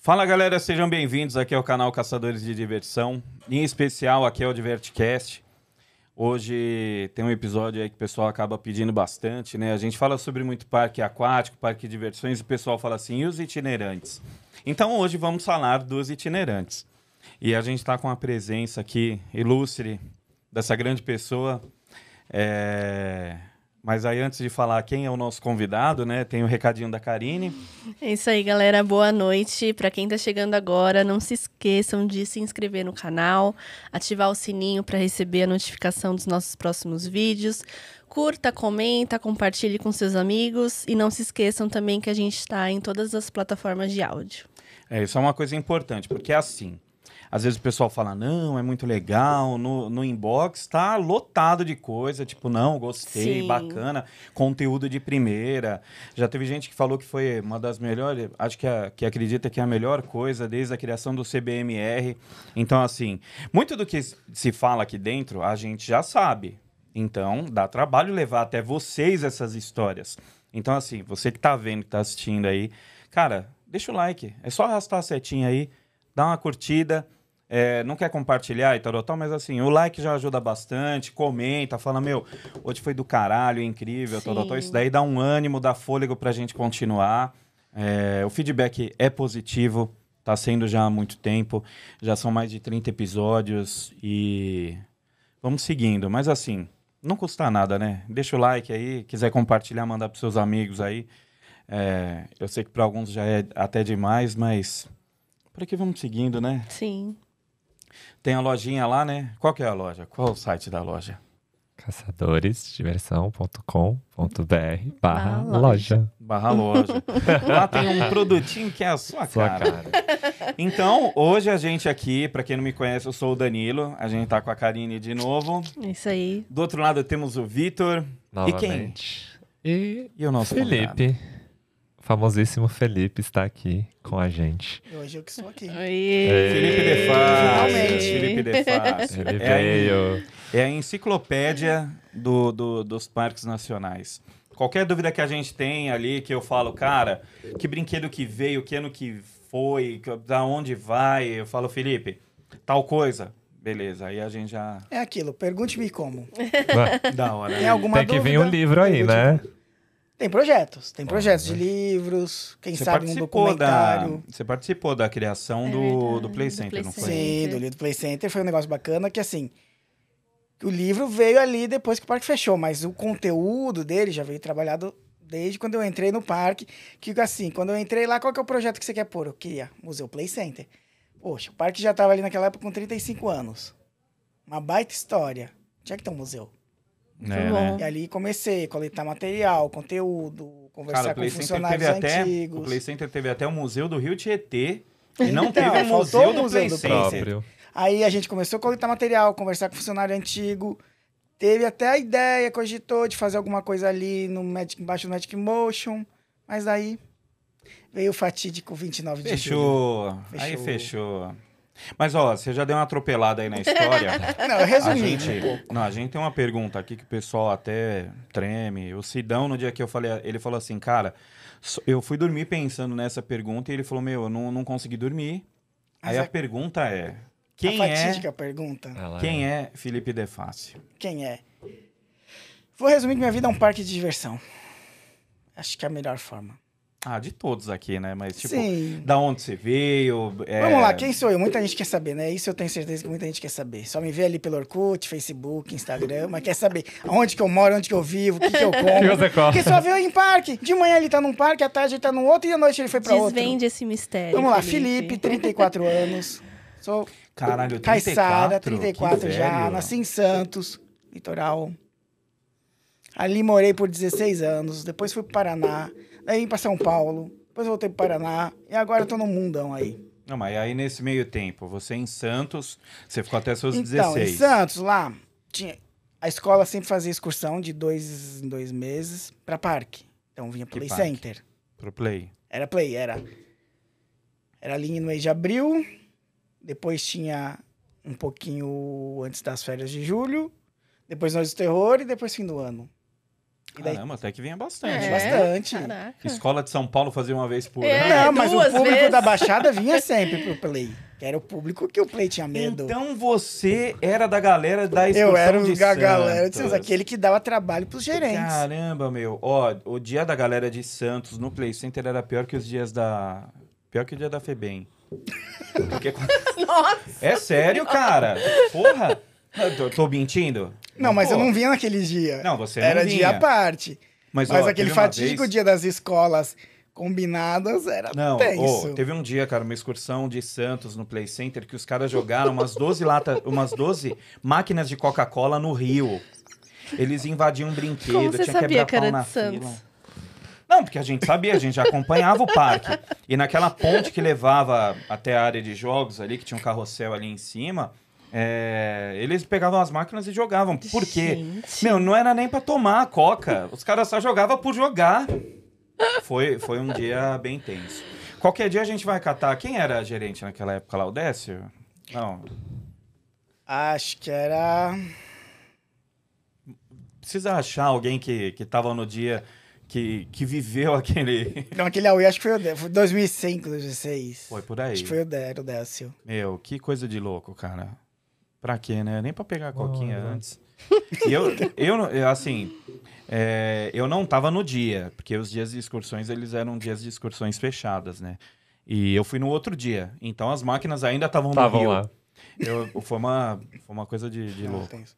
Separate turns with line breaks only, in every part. Fala galera, sejam bem-vindos aqui ao canal Caçadores de Diversão, em especial aqui ao Divertcast. Hoje tem um episódio aí que o pessoal acaba pedindo bastante, né? A gente fala sobre muito parque aquático, parque de diversões, e o pessoal fala assim, e os itinerantes? Então hoje vamos falar dos itinerantes. E a gente está com a presença aqui ilustre dessa grande pessoa. É, Mas aí antes de falar quem é o nosso convidado, né? Tem o recadinho da Karine.
É isso aí, galera. Boa noite. Pra quem tá chegando agora, não se esqueçam de se inscrever no canal, ativar o sininho pra receber a notificação dos nossos próximos vídeos. Curta, comenta, compartilhe com seus amigos e não se esqueçam também que a gente tá em todas as plataformas de áudio.
É, isso é uma coisa importante, porque é assim. Às vezes o pessoal fala, não, é muito legal, no, no inbox tá lotado de coisa, tipo, não, gostei,
Sim.
bacana, conteúdo de primeira. Já teve gente que falou que foi uma das melhores, acho que, a- que acredita que é a melhor coisa desde a criação do CBMR. Então, assim, muito do que se fala aqui dentro, a gente já sabe. Então, dá trabalho levar até vocês essas histórias. Então, assim, você que tá vendo, que tá assistindo aí, cara, deixa o like. É só arrastar a setinha aí, dá uma curtida. É, não quer compartilhar e tal, tal, tal, mas assim, o like já ajuda bastante, comenta, fala, meu, hoje foi do caralho, é incrível, tal, tal, tal.
Sim.
Isso daí dá um ânimo, dá fôlego pra gente continuar. É, o feedback é positivo, tá sendo já há muito tempo, já são mais de 30 episódios e vamos seguindo. Mas assim, não custa nada, né? Deixa o like aí, quiser compartilhar, mandar pros seus amigos aí. É, eu sei que para alguns já é até demais, mas por aqui vamos seguindo, né?
Sim.
Tem a lojinha lá, né? Qual que é a loja? Qual o site da loja?
caçadoresdiversão.com.br barra
Ah, loja.
loja.
Barra loja. lá tem um produtinho que é a sua,
Sua
cara. Então, hoje a gente aqui, pra quem não me conhece, eu sou o Danilo. A gente tá com a Karine de novo.
É isso aí.
Do outro lado temos o Vitor
Novamente. E,
e o nosso convidado.
Felipe. O famosíssimo Felipe está aqui com a gente.
E Hoje eu que estou aqui. É.
Aê!
Felipe Defaz.
Finalmente.
Felipe Defaz.
Ele
É a-
veio.
É a enciclopédia do- do- dos parques nacionais. Qualquer dúvida que a gente tem ali, que eu falo, cara, que brinquedo que veio, que ano que foi, que- da onde vai, eu falo, Felipe, tal coisa. Beleza, aí a gente já
É aquilo, pergunte-me como.
dá hora.
Tem
né?
alguma
Tem que vir
dúvida?
um livro aí, né?
Tem projetos, tem projetos de livros, quem
Você
sabe um
participou, da,
documentário.
você participou da criação
É
do,
verdade,
do Play
do
Center,
Play
não foi?
Center.
Sim, do Lido Play Center foi um negócio bacana que assim. O livro veio ali depois que o parque fechou, mas o conteúdo dele já veio trabalhado desde quando eu entrei no parque. Que assim, quando eu entrei lá, qual que é o projeto que você quer pôr? Eu queria Museu Play Center. Poxa, o parque já estava ali naquela época com 35 anos. Uma baita história. Tinha que ter um museu.
É,
bom.
né?
E ali comecei a coletar material, conteúdo, conversar
Cara, o Play
com
Center
funcionários
teve até
antigos.
o Play Center teve até o museu do Rio Tietê e não
Então,
teve o
faltou
museu
o
do
museu
Play
do Play
Center.
Próprio.
Aí a gente começou a coletar material, conversar com funcionário antigo. Teve até a ideia, cogitou de fazer alguma coisa ali no Magic, embaixo do Magic Motion. Mas aí veio o fatídico 29 de julho.
Fechou. Aí
Fechou.
fechou. Mas ó, você já deu uma atropelada aí na história.
Não, um
a
resumindo.
gente, não, a gente tem uma pergunta aqui que o pessoal até treme. O Sidão, no dia que eu falei, ele falou assim, cara, so- eu fui dormir pensando nessa pergunta e ele falou, meu, eu não, não consegui dormir.
Mas
aí a
a-
pergunta é, quem
a
é,
fatídica pergunta.
Ela
quem é Felipe Deface?
Quem é? Vou resumir que minha vida é um parque de diversão. Acho que é a melhor forma.
Ah, de todos aqui, né? Mas tipo,
Sim.
da onde você veio? é,
Vamos lá, quem sou eu? Muita gente quer saber, né? Isso eu tenho certeza que muita gente quer saber. Só me vê ali pelo Orkut, Facebook, Instagram, mas quer saber onde que eu moro, onde que eu vivo, o que, que eu
O que
como.
você come?
Porque só viu em parque. De manhã ele tá num parque, à tarde ele tá num outro e à noite ele foi pra outro.
Desvende esse mistério.
Vamos lá, Felipe, 34 anos. Sou
Caralho, 34?
Caissara,
Que
34 já.
velho.
Nasci em Santos, litoral. Ali morei por 16 anos, depois fui pro Paraná, daí vim pra São Paulo, depois voltei pro Paraná e agora eu tô no mundão aí.
Não, mas aí nesse meio tempo, você em Santos, você ficou até seus
Então,
16.
em Santos, lá, tinha... a escola sempre fazia excursão de dois em dois meses pra parque. Então vinha pro
Que
Play
parque?
Center.
Pro Play.
Era Play, era. Era ali no mês de abril, depois tinha um pouquinho antes das férias de julho, depois Nós do Terror e depois fim do ano. E daí,
Caramba, até que vinha bastante. né?
É. bastante.
Caraca.
Escola de São Paulo fazia uma vez por
É.
ano.
não, mas o
duas
público
vezes.
da Baixada vinha sempre pro Play. Que era o público que o Play tinha medo.
Então você era da galera da excursão
eu era o
de
ga- galera é de
Santos.
Santos, aquele que dava trabalho pros gerentes.
Caramba, meu. Ó, o dia da galera de Santos no Play Center era pior que os dias da... Pior que o dia da Febem. Porque-
Nossa!
É sério, cara? Porra! Eu tô, tô mentindo?
não, mas eu
tô.
não vinha naquele dia.
Não, você
era
não vinha.
dia à parte. Mas,
ó,
aquele
teve uma
fatídico
vez-
dia das escolas combinadas era
Não,
tenso.
ô, teve um dia, cara, uma excursão de Santos no Play Center que os caras jogaram umas 12 lata, umas 12 máquinas de Coca-Cola no rio. Eles invadiam um brinquedo,
Como você
tinha
sabia
quebrar
que era
pau
de
na
Santos?
fila. Não, porque a gente sabia, a gente já acompanhava o parque. E naquela ponte que levava até a área de jogos ali, que tinha um carrossel ali em cima, é, eles pegavam as máquinas e jogavam. Por quê?
Gente.
Meu, não era nem pra tomar a coca. Os caras só jogavam por jogar. Foi, foi um dia bem tenso. Qualquer dia a gente vai catar. Quem era a gerente naquela época lá? O Décio? Não.
Acho que era.
Precisa achar alguém que, que tava no dia que, que viveu aquele.
Não, aquele Aui, acho que foi o Dé- foi 2005, 2006.
Foi por aí.
Acho que foi o Dé, era o Décio.
Meu, que coisa de louco, cara. Pra quê, né? Nem pra pegar a coquinha antes. E eu, eu, não- eu, assim, é, eu não tava no dia, porque os dias de excursões, eles eram dias de excursões fechadas, né? E eu fui no outro dia. Então as máquinas ainda estavam no
Estavam
Rio.
Tá, lá.
Eu- foi, uma, foi uma coisa de, de
Não,
louco.
tenso.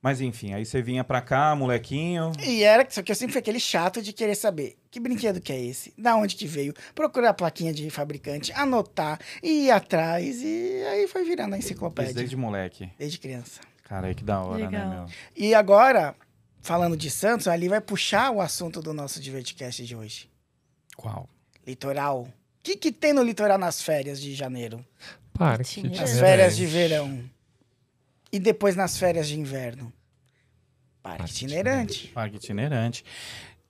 Mas enfim, aí você vinha pra cá, molequinho.
E era, só que eu sempre fui aquele chato de querer saber que brinquedo que é esse, da onde que veio, procurar a plaquinha de fabricante, anotar, e ir atrás, e aí foi virando a
Mas
enciclopédia.
desde moleque.
Desde criança.
Cara, aí que da hora,
Legal.
né, meu?
E agora, falando de Santos, ali vai puxar o assunto do nosso Divertcast de hoje.
Qual?
Litoral. O que, que tem no litoral nas férias de janeiro?
Parque. de
Nas
Nas
diversões.
férias de verão. E depois nas férias de inverno. Parque itinerante.
Parque itinerante.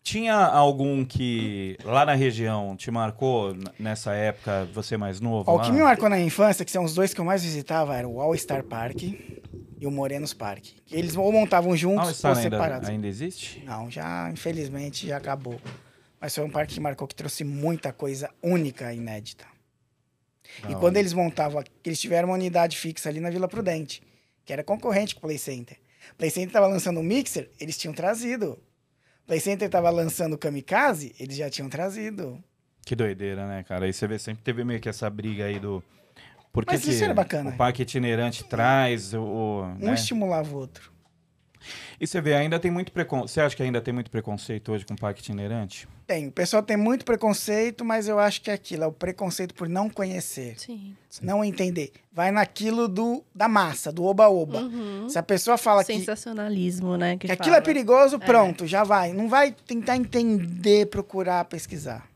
Tinha algum que lá na região te marcou n- nessa época, você mais novo?
Ó, o
lá?
que me marcou na infância, que são os dois que eu mais visitava, era o All Star Park e o Morenos Park. Eles ou montavam
Ah, o
juntos
Star
ou
ainda,
separados.
ainda existe?
Não, já, infelizmente, já acabou. Mas foi um parque que marcou, que trouxe muita coisa única e inédita. E
Não.
quando eles montavam, aqui, eles tiveram uma unidade fixa ali na Vila Prudente, que era concorrente com o Play Center. O Play Center estava lançando o Mixer, eles tinham trazido. O Play Center estava lançando o Kamikaze, eles já tinham trazido.
Que doideira, né, cara? Aí você vê, sempre teve meio que essa briga aí do... Por que
Mas
que
isso era bacana.
O parque itinerante traz o... o,
Um
né?
estimulava o outro.
E você vê, ainda tem muito preconceito... Você acha que ainda tem muito preconceito hoje com o parque itinerante?
Tem, o pessoal tem muito preconceito, mas eu acho que é aquilo, é o preconceito por não conhecer,
Sim.
não entender. Vai naquilo do, da massa, do oba-oba.
Uhum.
Se a pessoa fala que
Sensacionalismo, né? Que
Que aquilo é
fala.
perigoso, pronto, já vai. Não vai tentar entender, procurar, pesquisar.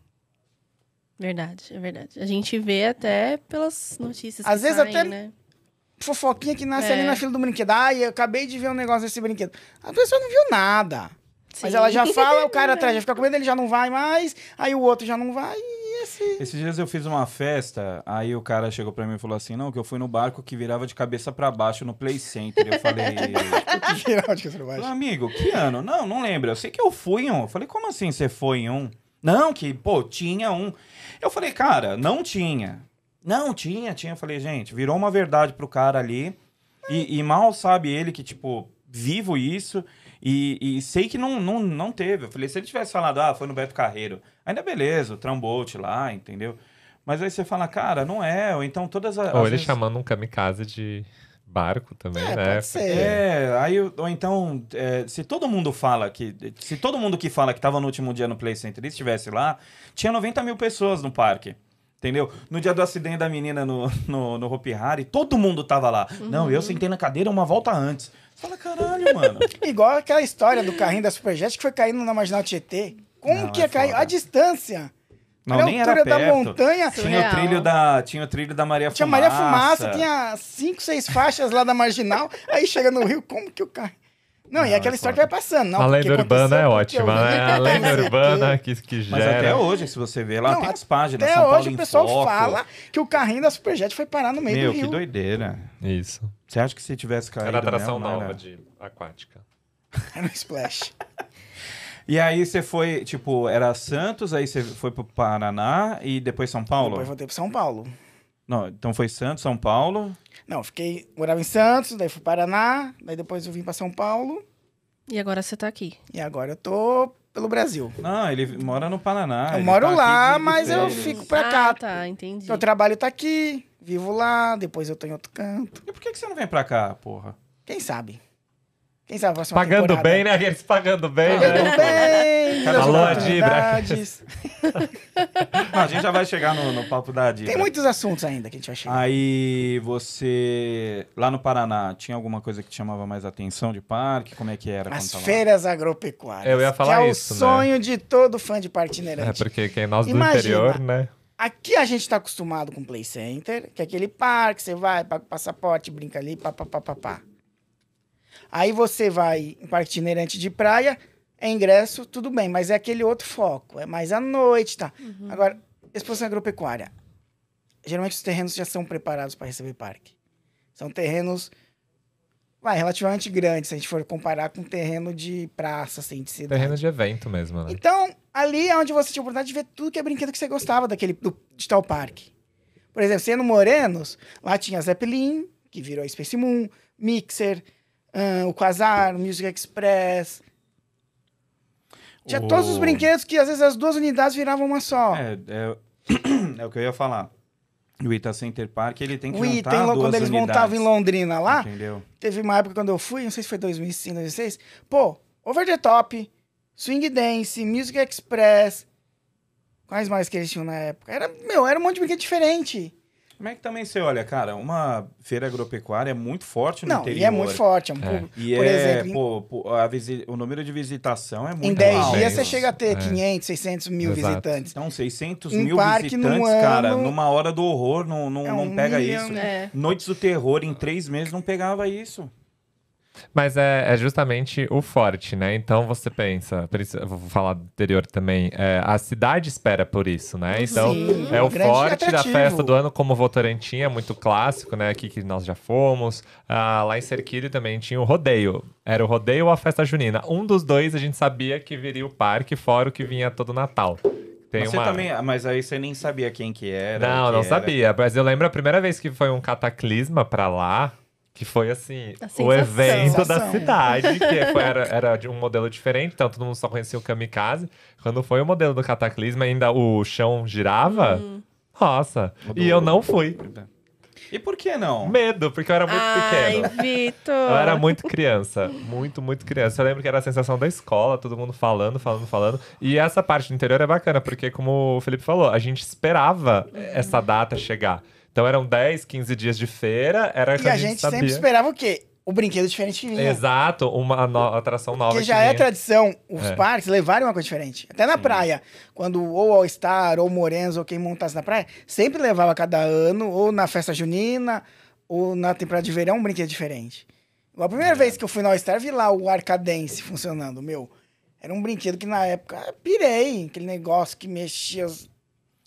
Verdade, é verdade. A gente vê até pelas notícias
Às
que
vezes
saem,
até-
né?
Fofoquinha que nasce
É.
ali na fila do brinquedo. Ai, eu acabei de ver um negócio desse brinquedo. A pessoa não viu nada. Mas
Sim.
ela já fala, o cara atrás já fica com medo, ele já não vai mais. Aí o outro já não vai. E esse...
Esses dias eu fiz uma festa, aí o cara chegou pra mim e falou assim, não, que eu fui no barco que virava de cabeça pra baixo no Play Center. Eu falei...
Geral de cabeça pra
Falei,
baixo.
amigo, que ano? Não, não lembro. Eu sei que eu fui em um. Eu falei, como assim você foi em um? Não, que, pô, tinha um. Eu falei, cara, não tinha. Não tinha, tinha. Eu falei, gente, virou uma verdade pro cara ali. E, e mal sabe ele que, tipo, vivo isso. E, e sei que não, não, não teve. Eu falei, se ele tivesse falado, ah, foi no Beto Carreiro, ainda beleza, o Trambolt lá, entendeu? Mas aí você fala, cara, não é. Ou então todas as. às
Ou ele
vezes-
chamando um kamikaze de barco também,
É,
né?
pode ser.
Porque-
É, aí eu- ou então, é, se todo mundo fala que. Se todo mundo que fala que tava no último dia no Play Center e estivesse lá, tinha 90 mil pessoas no parque. Entendeu? No dia do acidente da menina no, no, no Hopi Hari, todo mundo tava lá.
Uhum.
Não, eu sentei na cadeira uma volta antes. Você fala, caralho, mano.
Igual aquela história do carrinho da Superjet que foi caindo na Marginal Tietê. Como
Não,
que
é
ia cair?
foda.
A distância.
Não,
Olha a
nem era
altura da
perto. Tinha
montanha.
o,
Surreal.
trilho da, tinha o trilho da Maria
Tinha
Fumaça.
Maria Fumaça, tinha cinco, seis faixas lá da marginal, aí chega no Rio, como que o carro. Não, e
Não,
aquela
é
história que
foda.
vai passando, não.
a lenda
porque
urbana é
aconteceu,
ótima,
porque eu vi
né?
que
A lenda
aconteceu,
urbana que, que
Mas
gera.
até hoje, se você ver lá,
Não,
tem as páginas.
Até
São Paulo
hoje
em
o pessoal
Foco.
fala que o carrinho da Superjet foi parar no meio
Meu,
do
que
Rio.
doideira.
Isso.
Você acha que se tivesse caído
né? Era atração
mesmo, não
nova
era?
de aquática.
Era um splash.
E aí você foi, tipo, era Santos, aí você foi pro Paraná e depois São Paulo?
Depois voltei para São Paulo.
Não, então foi Santos, São Paulo.
Não, fiquei, morava em Santos, daí fui para Paraná, daí depois eu vim para São Paulo
E agora você tá aqui.
e agora eu tô pelo Brasil.
Não, ele mora no Paraná.
eu
ele
moro
tá aqui
lá,
de
mas eu
férias.
fico pra
ah,
cá.
tá, entendi.
Meu trabalho tá aqui, vivo lá, depois eu tô em outro canto.
E por que, que você não vem pra cá, porra?
Quem sabe? Quem sabe a próxima
Pagando
temporada?
bem, né? Aqueles pagando bem,
Pagando
né?
bem,
Alô,
as oportunidades.
Ah, a gente já vai chegar no, no papo da Adidas.
Tem muitos assuntos ainda que a gente vai chegar.
Aí você. Lá no Paraná, tinha alguma coisa que te chamava mais atenção de parque? Como é que era?
As
quando tava lá?
feiras agropecuárias.
Eu ia falar
que é
isso,
o
né?
sonho de todo fã de
É
partineirante.
porque quem nós do
Imagina.
interior, né?
Aqui a gente tá acostumado com Play Center, que é aquele parque, você vai, paga o passaporte, brinca ali, pá, pá, pá, pá, pá. Aí você vai em parque itinerante de praia, é ingresso, tudo bem, mas é aquele outro foco, é mais à noite, tá? Agora, exposição agropecuária. Geralmente os terrenos já são preparados para receber parque. São terrenos, vai, relativamente grandes, se a gente for comparar com terreno de praça, assim, de cidade.
Terreno de evento mesmo, né?
Então, ali é onde você tinha a oportunidade de ver tudo que é brinquedo que você gostava daquele, do, de tal parque. Por exemplo, sendo Morenos, lá tinha Zeppelin, que virou a Space Moon, Mixer, ahn, o Quasar, o Music Express. Tinha
O-
todos os brinquedos que às vezes as duas unidades viravam uma só.
É, é... é o que eu ia falar. O Ita Center Park, ele tem que
o
juntar
item, lo-
duas
quando eles
unidades,
montavam em Londrina lá,
Entendeu?
teve uma época quando eu fui, não sei se foi 2005, 2006, pô, Over the Top, Swing Dance, Music Express. Quais mais que eles tinham na época? Era, meu, era um monte de brinquedo diferente.
Como é que também você olha, cara? Uma feira agropecuária é muito forte no
não,
interior.
e é muito forte, é um
É.
público.
E
Por
é,
exemplo, em-
pô, pô, a visi- o número de visitação é muito
Em 10
alto.
dias
É
você
isso,
chega a ter
é.
500, 600 mil
Exato.
visitantes.
Então, 600
Um
mil
parque
visitantes,
num
cara,
ano-
numa hora do horror, não, não,
É
não
um
pega
milhão,
isso.
né?
É.
Noites do Terror, em três meses, não pegava isso.
Mas é, é justamente o forte, né? Então você pensa, por isso- eu vou falar do interior também, é, a cidade espera por isso, né? Então
Sim,
é
um
o
grande
forte da
atrativo.
festa do ano, como Votorantim é muito clássico, né? Aqui que nós já fomos. Ah, lá em Serquilho também tinha o rodeio. Era o rodeio ou a festa junina. Um dos dois a gente sabia que viria o parque, fora o que vinha todo Natal. Tem
mas,
uma...
você também, mas aí você nem sabia quem que era. o
Não,
que
não
era.
sabia. Mas eu lembro a primeira vez que foi um cataclisma pra lá, que foi assim,
A
o
sensação.
evento da
Sensação.
cidade, que foi- era, era de um modelo diferente, então todo mundo só conhecia o kamikaze. Quando foi o modelo do cataclisma, ainda o chão girava.
Uhum.
Nossa,
O do-
e eu não fui.
E por que não?
Medo, porque eu era muito
Ai,
pequeno.
Vitor.
Eu era muito criança, muito, muito criança. Eu lembro que era a sensação da escola, todo mundo falando, falando, falando. E essa parte do interior é bacana, porque como o Felipe falou, a gente esperava essa data chegar. Então eram 10, 15 dias de feira, era que
E a gente
sabia.
sempre esperava o quê? O brinquedo diferente que vinha.
Exato, uma no- atração nova.
Porque
que
já é
vinha.
tradição os
É.
parques levarem uma coisa diferente. Até na praia, quando ou All Star, ou Morenzo, ou quem montasse na praia, sempre levava cada ano, ou na festa junina, ou na temporada de verão, um brinquedo diferente. A primeira vez que eu fui na All Star, vi lá o Arcadense funcionando, meu. Era um brinquedo que na época eu pirei, aquele negócio que mexia os-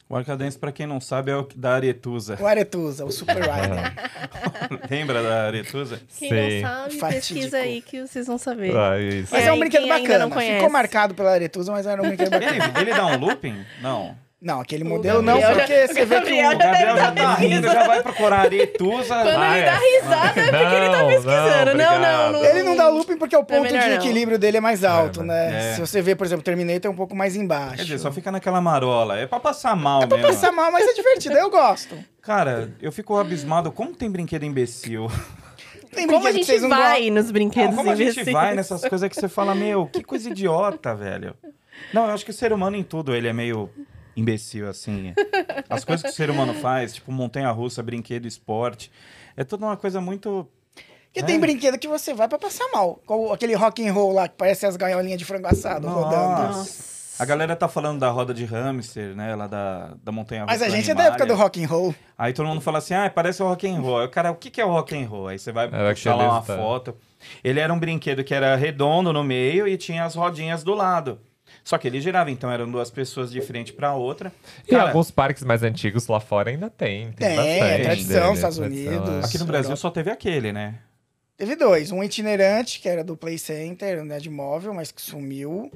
O Arcadence, pra quem não sabe, é o da Aretusa.
o Aretusa, o Super Rider.
Lembra da Aretusa?
Quem
Sim.
não sabe,
Fatídico.
pesquisa aí que vocês vão saber.
Ah, isso.
Mas é,
É,
um
e
brinquedo
quem ainda não
bacana. Ficou
conhece?
marcado pela Aretusa, mas era um brinquedo bacana.
Ele, ele dá um looping? Não.
Não, aquele
O
modelo não,
Gabriel já-
porque você vê que o...
Gabriel
O Gabriel já tá rindo, já vai procurar Aretusa.
Quando
Ah,
ele
é?
dá risada, é porque ele tá
Não,
pesquisando. Não,
não,
não, não.
obrigado.
Ele não dá looping porque o ponto
É melhor
de
não.
equilíbrio dele é mais alto,
É,
né?
é.
Se você vê, por exemplo, Terminator é um pouco mais embaixo.
Ah, Quer dizer, só fica naquela marola. É pra passar mal mesmo.
Passa mal, mas é divertido, eu gosto.
Cara, eu fico abismado como tem brinquedo imbecil.
Tem
Como a
brinquedo que
gente
vocês não
vai nos brinquedos
Não, como a gente
imbecis?
vai nessas coisas que você fala, meu, que coisa idiota, velho. Não, eu acho que o ser humano em tudo, ele é meio imbecil, assim. As coisas que o ser humano faz, tipo montanha-russa, brinquedo, esporte, é toda uma coisa muito...
Porque
É.
tem brinquedo que você vai pra passar mal. Como aquele rock and roll lá, que parece as gaiolinhas de frango assado
é
rodando.
Nossa.
A galera tá falando da roda de hamster, né, lá da, da montanha-russa
Mas a gente é da
animária.
época do rock and roll.
Aí todo mundo fala assim, ah, parece o rock and roll. Aí o cara, o que, que é o rock and roll? Aí você vai tá.
Era
puxar lá
aquele
uma
está-
foto. Ele era um brinquedo que era redondo no meio e tinha as rodinhas do lado. Só que ele girava, então eram duas pessoas de frente pra outra.
E
Cara,
alguns parques mais antigos lá fora ainda tem. Tem,
Tem,
bastante
é tradição,
dele, é
Estados
tradição, é.
Unidos.
aqui no Brasil só teve aquele, né?
Teve dois. Um itinerante, que era do Play Center, né, de móvel, mas que sumiu.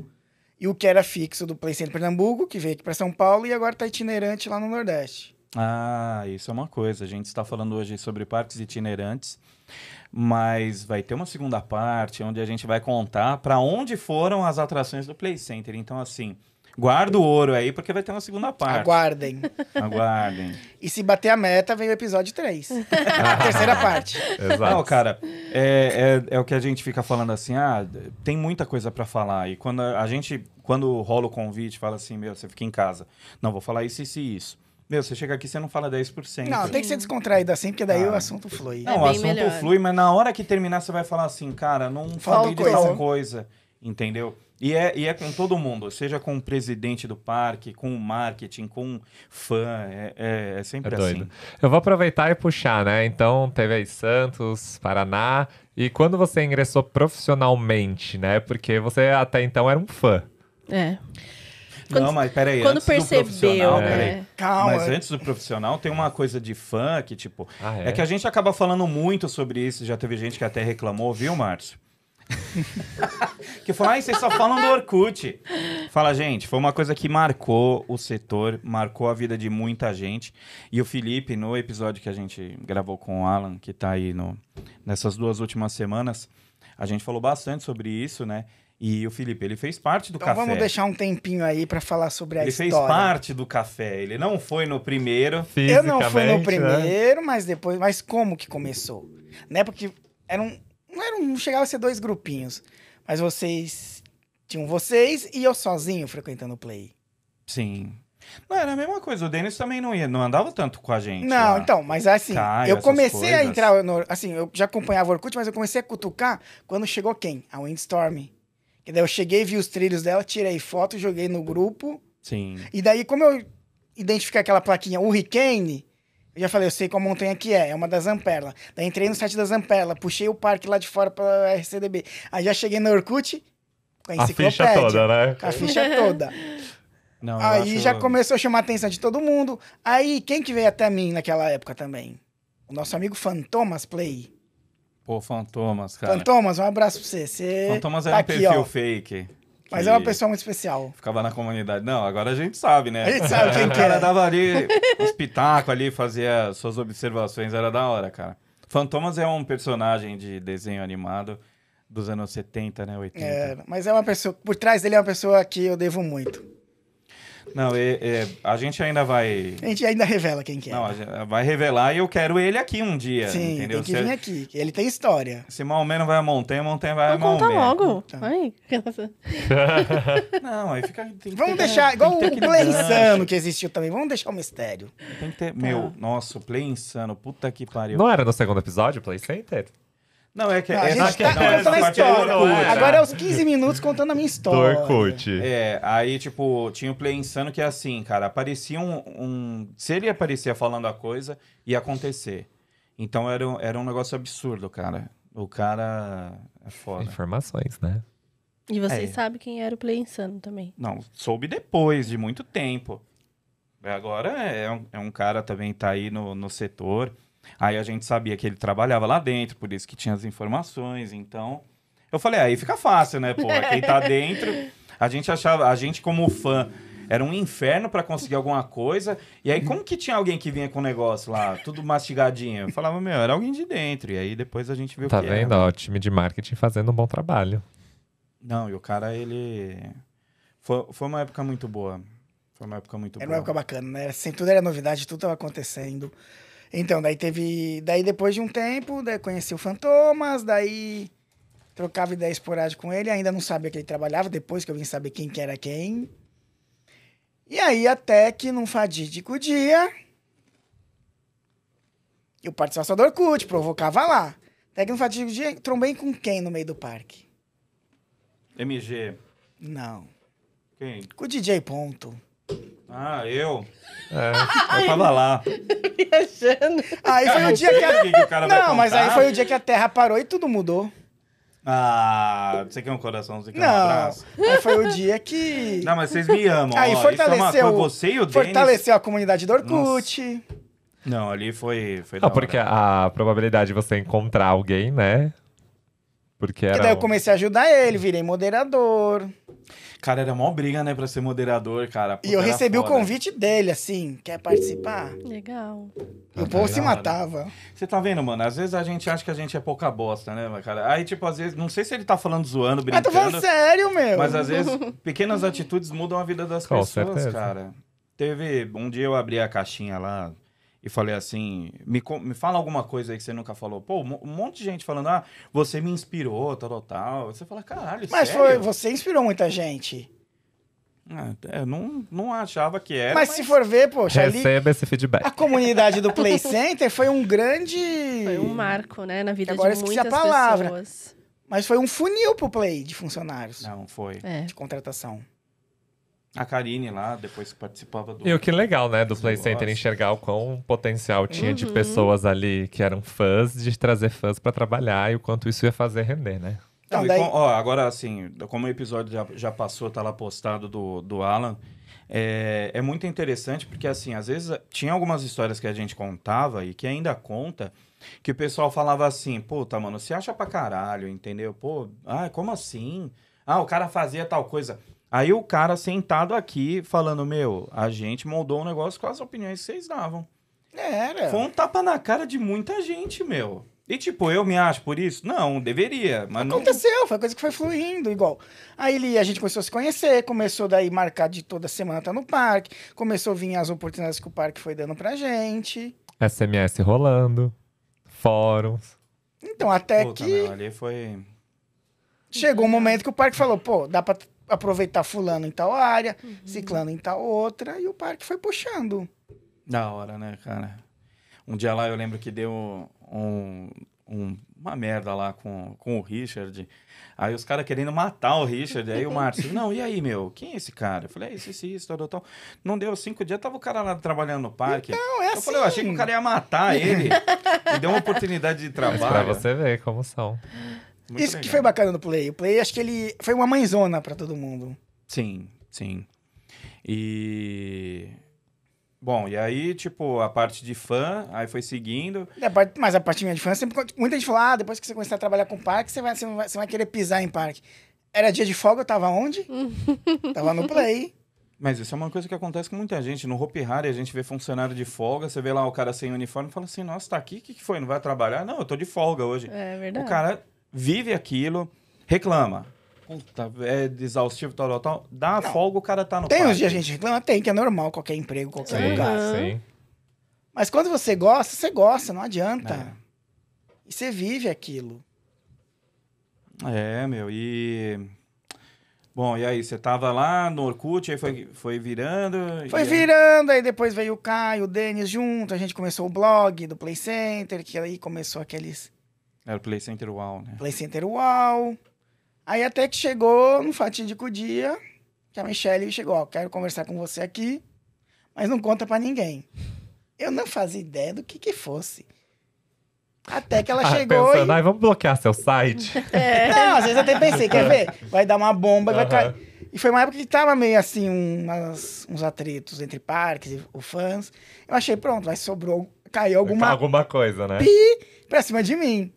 E E o que era fixo do Play Center Pernambuco, que veio aqui para São Paulo e agora tá itinerante lá no Nordeste.
Ah, isso é uma coisa. A gente está falando hoje sobre parques itinerantes, mas vai ter uma segunda parte onde a gente vai contar para onde foram as atrações do Play Center. Então, assim, guarda o ouro aí, porque vai ter uma segunda parte.
Aguardem.
Aguardem.
E se bater a meta, vem o episódio 3. a terceira parte.
é. Exato.
Não, cara, é, é- é o que a gente fica falando assim, ah, tem muita coisa pra falar. E quando a a gente, quando rola o convite, fala assim, meu, você fica em casa. Não, vou falar isso, isso e isso. Meu, você chega aqui, você não fala 10%.
Não, tem que ser descontraído assim, porque daí
Ah.
o assunto flui.
Não,
É
o
bem
assunto
melhor.
flui, mas na hora que terminar, você vai falar assim, cara, não falei de
coisa.
tal coisa, entendeu? E é, e é com todo mundo, seja com o presidente do parque, com o marketing, com fã, é, é- é
É
sempre assim.
doido. Eu vou aproveitar e puxar, né? Então, teve aí Santos, Paraná. E quando você ingressou profissionalmente, né? Porque você até então era um fã.
É.
assim. não,
Quando-
mas peraí,
Quando
antes do profissional,
percebeu,
peraí.
né?
Calma.
Mas antes do profissional, tem uma coisa de fã que, tipo.
Ah,
É que a gente acaba falando muito sobre isso, já teve gente que até reclamou, viu, Márcio? que falou, ai, vocês só falam do Orkut. Fala, gente, foi uma coisa que marcou o setor, marcou a vida de muita gente. E o Felipe, no episódio que a gente gravou com o Alan, que tá aí no, nessas duas últimas semanas, a gente falou bastante sobre isso, né? E o Felipe, ele fez parte do
Então
café.
vamos deixar um tempinho aí pra falar sobre a
ele fez
história.
parte do café, ele não foi no primeiro.
Eu não fui
Fisicamente,
no
né?
primeiro, mas depois. Mas como que começou? Né? Porque eram. Não eram. Não chegava a ser dois grupinhos. Mas vocês. Tinham vocês e eu sozinho frequentando o play.
Sim. Não, era a mesma coisa. O Denis também não ia, não andava tanto com a gente.
Não,
lá.
então, mas assim,
Caio,
eu
essas
comecei a
coisas.
entrar no. Assim, eu já acompanhava o Orkut, mas eu comecei a cutucar quando chegou quem? A Windstorm. Que daí eu cheguei, vi os trilhos dela, tirei foto, joguei no grupo.
Sim.
E daí, como eu identifiquei aquela plaquinha Hurricane, eu já falei, eu sei qual montanha que é, é uma da Zamperla. Daí entrei no site da Zamperla, puxei o parque lá de fora pra RCDB. Aí já cheguei no Orkut com a
A
enciclopédia.
ficha toda, né?
Com a ficha toda.
Não, eu
Aí
acho-
já começou a chamar a atenção de todo mundo. Aí, quem que veio até mim naquela época também? O nosso amigo Fantomas Play.
Pô, Fantomas, cara.
Fantomas, um abraço pra você. Você
Fantomas
tá
era um
aqui,
perfil
ó.
fake.
Mas
que
é uma pessoa muito especial.
Ficava na comunidade. Não, agora a gente sabe, né?
A gente sabe quem
o
que
cara
é.
dava ali os pitacos ali, fazia suas observações, era da hora, cara. Fantomas é um personagem de desenho animado dos anos 70, né? 80.
É, mas é uma pessoa. Por trás dele é uma pessoa que eu devo muito.
Não, e- e a gente ainda vai.
A gente ainda revela quem que é.
Não, a gente vai revelar e eu quero ele aqui um dia.
Sim,
entendeu?
tem que
Se-
vir aqui. que Ele tem história.
Se Maomé não vai a Montanha, Montanha vai a
Não Então conta
Maomé.
logo.
Tá.
Ai,
Não, aí fica. tem que
Vamos
ter-
deixar,
tem
igual
que ter
o
aquele
Play
gancho,
Insano Tá. que existiu também. Vamos deixar o mistério.
Tem que ter. Meu, nossa, o Play Insano, puta que pariu.
Não era no segundo episódio, Play Center?
Não, é que.
a
essa-
gente tá
não, essa
contando a
parte é
história.
do Orkut.
era.
Agora é os 15 minutos contando a minha
Do
história.
Orkut.
É, aí, tipo, tinha o Play Insano que é assim, cara, aparecia um, um- Se ele aparecia falando a coisa, ia acontecer. Então era, um- era um negócio absurdo, cara. O cara é foda.
Informações, né?
E vocês
É.
sabem quem era o Play Insano também.
Não, soube depois de muito tempo. Agora é um, é um cara também tá aí no, no setor. Aí a gente sabia que ele trabalhava lá dentro, por isso que tinha as informações. Então, eu falei, aí fica fácil, né, pô? Quem tá dentro, a gente achava, a gente como fã era um inferno pra conseguir alguma coisa. E aí como que tinha alguém que vinha com o negócio lá, tudo mastigadinho? Eu falava, meu, era alguém de dentro. E aí depois a gente viu
Tá
que
vendo?
era.
Ó, o time de marketing fazendo um bom trabalho.
Não, e o cara ele foi, foi uma época muito boa. Foi uma época muito
Era uma
boa.
época bacana, né? Sempre tudo era novidade, tudo tava acontecendo. Então, daí teve. Daí depois de um tempo, daí conheci o Fantomas, daí trocava ideia esporádica com ele, ainda não sabia que ele trabalhava, depois que eu vim saber quem que era quem. E aí, até que num fadídico dia, eu participava só do Orkut, provocava lá. Até que num fadídico dia, trombei com quem no meio do parque?
MG.
Não.
Quem?
Com o DJ Ponto.
Ah, eu?
É.
Eu tava lá.
Viajando.
Aí foi
Eu
o
não
dia
sei
que a...
o que que o cara vai
Não, mas aí
contar.
foi o dia que a Terra parou e tudo mudou.
Ah, você quer um coração, você quer um
Não,
abraço?
aí foi o dia que
Não, mas vocês me amam. ó,
Aí
Isso é uma
fortaleceu-
coisa, você e o Denis...
fortaleceu a comunidade do Orkut.
Não, ali foi... foi da
Não,
hora.
porque a probabilidade de você encontrar alguém, né? Porque
Porque
era.
daí eu
um-
comecei a ajudar ele, virei moderador.
Cara, era mó briga, né, pra ser moderador, cara.
E eu
Puta, era
recebi o
foda.
convite dele, assim, quer participar?
Legal.
E o
tá
povo se
ligado?
matava.
Você tá vendo, mano? Às vezes a gente acha que a gente é pouca bosta, né, cara? Aí, tipo, às vezes, não sei se ele tá falando zoando,
Mas
brincando.
Ah, tô falando sério, meu.
Mas é às vezes, pequenas atitudes mudam a vida das
Com
pessoas,
certeza.
cara. Teve. Um dia eu abri a caixinha lá e falei assim: me, co- me fala alguma coisa aí que você nunca falou. Pô, um um monte de gente falando, ah, você me inspirou, tal, tal, tal. Você fala, caralho,
Mas foi,
sério?
você inspirou muita gente.
Ah, é, eu não, não achava que era.
mas, se for ver, poxa, ali
Receba esse feedback.
a comunidade do Play Center foi um grande.
Foi um marco, né, na vida
Agora
de
esqueci a
muitas
palavra.
pessoas.
Mas foi um funil pro Play de funcionários
Não, foi.
É.
de contratação.
A Karine lá, depois que participava do.
E o que legal, né, do
Esse
Play Center
negócio.
enxergar o quão potencial tinha de
Uhum.
pessoas ali que eram fãs, de trazer fãs pra trabalhar e o quanto isso ia fazer render, né?
Não,
Então,
e
daí-
com- ó, agora, assim, como o episódio já, já passou, tá lá postado do, do Alan, é, é muito interessante porque, assim, às vezes a- tinha algumas histórias que a gente contava e que ainda conta, que o pessoal falava assim, puta, mano, você acha pra caralho, entendeu? Pô, ah, como assim? Ah, o cara fazia tal coisa. Aí o cara sentado aqui falando, meu, a gente moldou um negócio com as opiniões que vocês davam.
Era.
Foi um tapa na cara de muita gente, meu. E tipo, eu me acho por isso? Não, deveria, mas não.
Aconteceu, foi coisa que foi fluindo, igual. Aí ele, a gente começou a se conhecer, começou daí marcar de toda semana tá no parque, começou a vir as oportunidades que o parque foi dando pra gente.
SMS rolando, fóruns.
Então, até
Puta,
que
meu, ali foi.
chegou um momento que o parque falou, pô, dá pra aproveitar fulano em tal área, ciclano em tal outra, e o parque foi puxando.
Da hora, né, cara? Um dia lá eu lembro que deu um- um- uma merda lá com, com o Richard. Aí os caras querendo matar o Richard. Aí o Márcio, não, e aí, meu? Quem é esse cara? Eu falei, é esse, esse, isso, tal, tal, tal. Não deu cinco dias, tava o cara lá trabalhando no parque.
Não, é
eu
assim.
falei, eu achei que o cara ia matar ele. e deu uma oportunidade de
Mas pra
trabalho.
você ver como são.
Muito
Isso que
legal.
foi bacana no Play. O Play, acho que ele foi uma mãezona pra todo mundo.
Sim, sim. E. Bom, e aí, tipo, a parte de fã, aí foi seguindo.
Da parte- É, Mas a parte minha de fã, sempre, muita gente falou, ah, depois que você começar a trabalhar com parque, você vai, você não vai, você vai querer pisar em parque. Era dia de folga, eu tava onde? tava no Play.
Mas isso é uma coisa que acontece com muita gente. No Hopi Hari, a gente vê funcionário de folga, você vê lá o cara sem uniforme e fala assim: nossa, tá aqui, o que, que foi? Não vai trabalhar? Não, eu tô de folga hoje.
É
O
verdade.
cara vive aquilo, reclama. Puta, é exaustivo, tal, tal, tal. Dá a
Não.
folga, o cara tá no
Tem uns
parque.
dias a gente reclama, tem, que é normal, qualquer emprego, qualquer
Sim,
lugar.
sim.
Mas quando você gosta, você gosta, não adianta.
É.
E você vive aquilo.
É, meu, e. Bom, e aí, você tava lá no Orkut, aí foi, foi virando.
Foi
e aí-
virando, aí depois veio o Caio, o Denis junto, a gente começou o blog do Play Center, que aí começou aqueles
Era o Play Center Wow, né?
Play Center UAU. Aí até que chegou num fatídico dia que a Michelle chegou, ó, quero conversar com você aqui, mas não conta pra ninguém. Eu não fazia ideia do que que fosse. Até que ela
Ah,
chegou
pensando,
e...
"Ai, vamos bloquear seu site.
É.
Não, às vezes eu até pensei, quer ver? Vai dar uma bomba e vai
Aham.
cair. E foi uma época que tava meio assim, umas- uns atritos entre parques e os fãs. Eu achei, pronto, vai sobrou, caiu alguma
Alguma coisa, né?
pra cima de mim.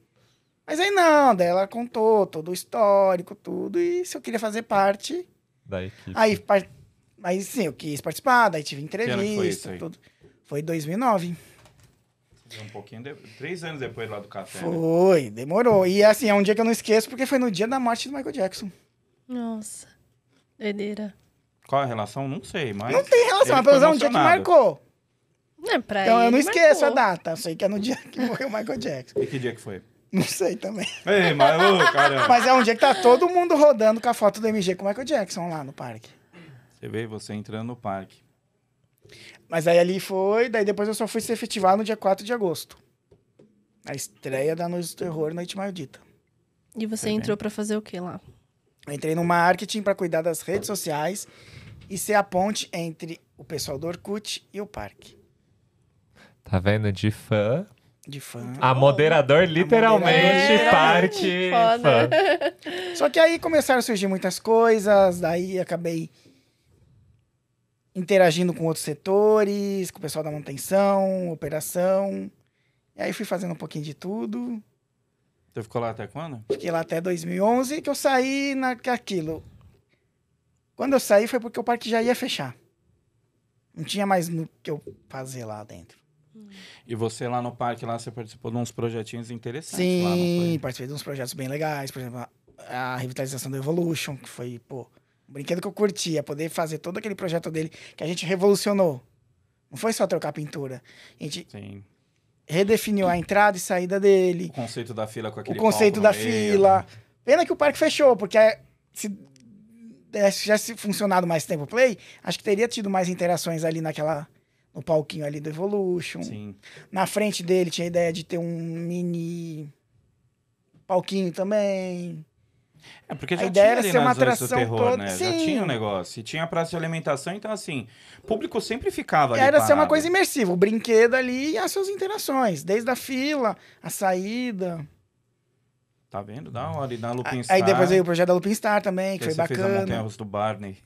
Mas aí não, daí ela contou todo o histórico, tudo, e se eu queria fazer parte.
Da equipe.
Aí, par- aí sim, eu quis participar, daí tive
ano que foi isso
entrevista,
aí?
tudo. Foi 2009.
Um pouquinho, de- três anos depois lá do café. né?
Foi, demorou. E assim, é um dia que eu não esqueço, porque foi no dia da morte do Michael Jackson.
Nossa. Doideira.
Qual a relação? Não sei, mas.
Não tem relação, mas pelo menos é um dia que
emocionado.
marcou.
É, pra
Então eu
ele
não esqueço a
marcou.
data. Eu sei que é no dia que morreu o Michael Jackson.
E que dia que foi?
Não sei também.
Ei, mas ô, caramba.
Mas é um dia que tá todo mundo rodando com a foto do MG com o Michael Jackson lá no parque.
Você vê você entrando no parque.
Mas aí ali foi, daí depois eu só fui se efetivar no dia 4 de agosto. A estreia da Noite do Terror, Noite Maldita.
E você
Foi bem.
entrou pra fazer o quê lá?
Eu entrei no marketing para cuidar das redes sociais e ser a ponte entre o pessoal do Orkut e o parque.
Tá vendo? De fã.
De fã.
A moderador literalmente
É,
parte
foda.
fã.
Só que aí começaram a surgir muitas coisas, daí acabei interagindo com outros setores, com o pessoal da manutenção, operação. E aí fui fazendo um pouquinho de tudo.
Você Você ficou lá até quando?
Fiquei lá até 2011, que eu saí naquilo. Quando eu saí foi porque o parque já ia fechar. Não tinha mais o que eu fazer lá dentro.
E você lá no parque, lá, você participou de uns projetinhos interessantes lá, não
Sim,
foi?
participei de uns projetos bem legais. Por exemplo, a a revitalização do Evolution, que foi, pô, um brinquedo que eu curtia. Poder fazer todo aquele projeto dele que a gente revolucionou. Não foi só trocar pintura. A gente
Sim.
redefiniu a entrada e saída dele.
O conceito da fila com
o
aquele
conceito
palco no
da
meio.
fila. Pena que o parque fechou, porque é, se é, tivesse funcionado mais tempo o play, acho que teria tido mais interações ali naquela. No palquinho ali do Evolution.
Sim.
Na frente dele tinha a ideia de ter um mini palquinho também.
É porque
A
já
ideia
tinha
era
ali
ser uma
nas Ruas do
atração
terror,
toda-
né? Já
Sim.
tinha um negócio. E tinha praça de alimentação, então assim, o público sempre ficava ali
era ser uma
parado.
coisa imersiva, o brinquedo ali e as suas interações, desde a fila, a saída.
Tá vendo? Da hora. E da Lupin
Aí
Star,
depois veio o projeto da Lupin Star também,
que
que
aí
foi
você fez um a
bacana.
montanha do Barney.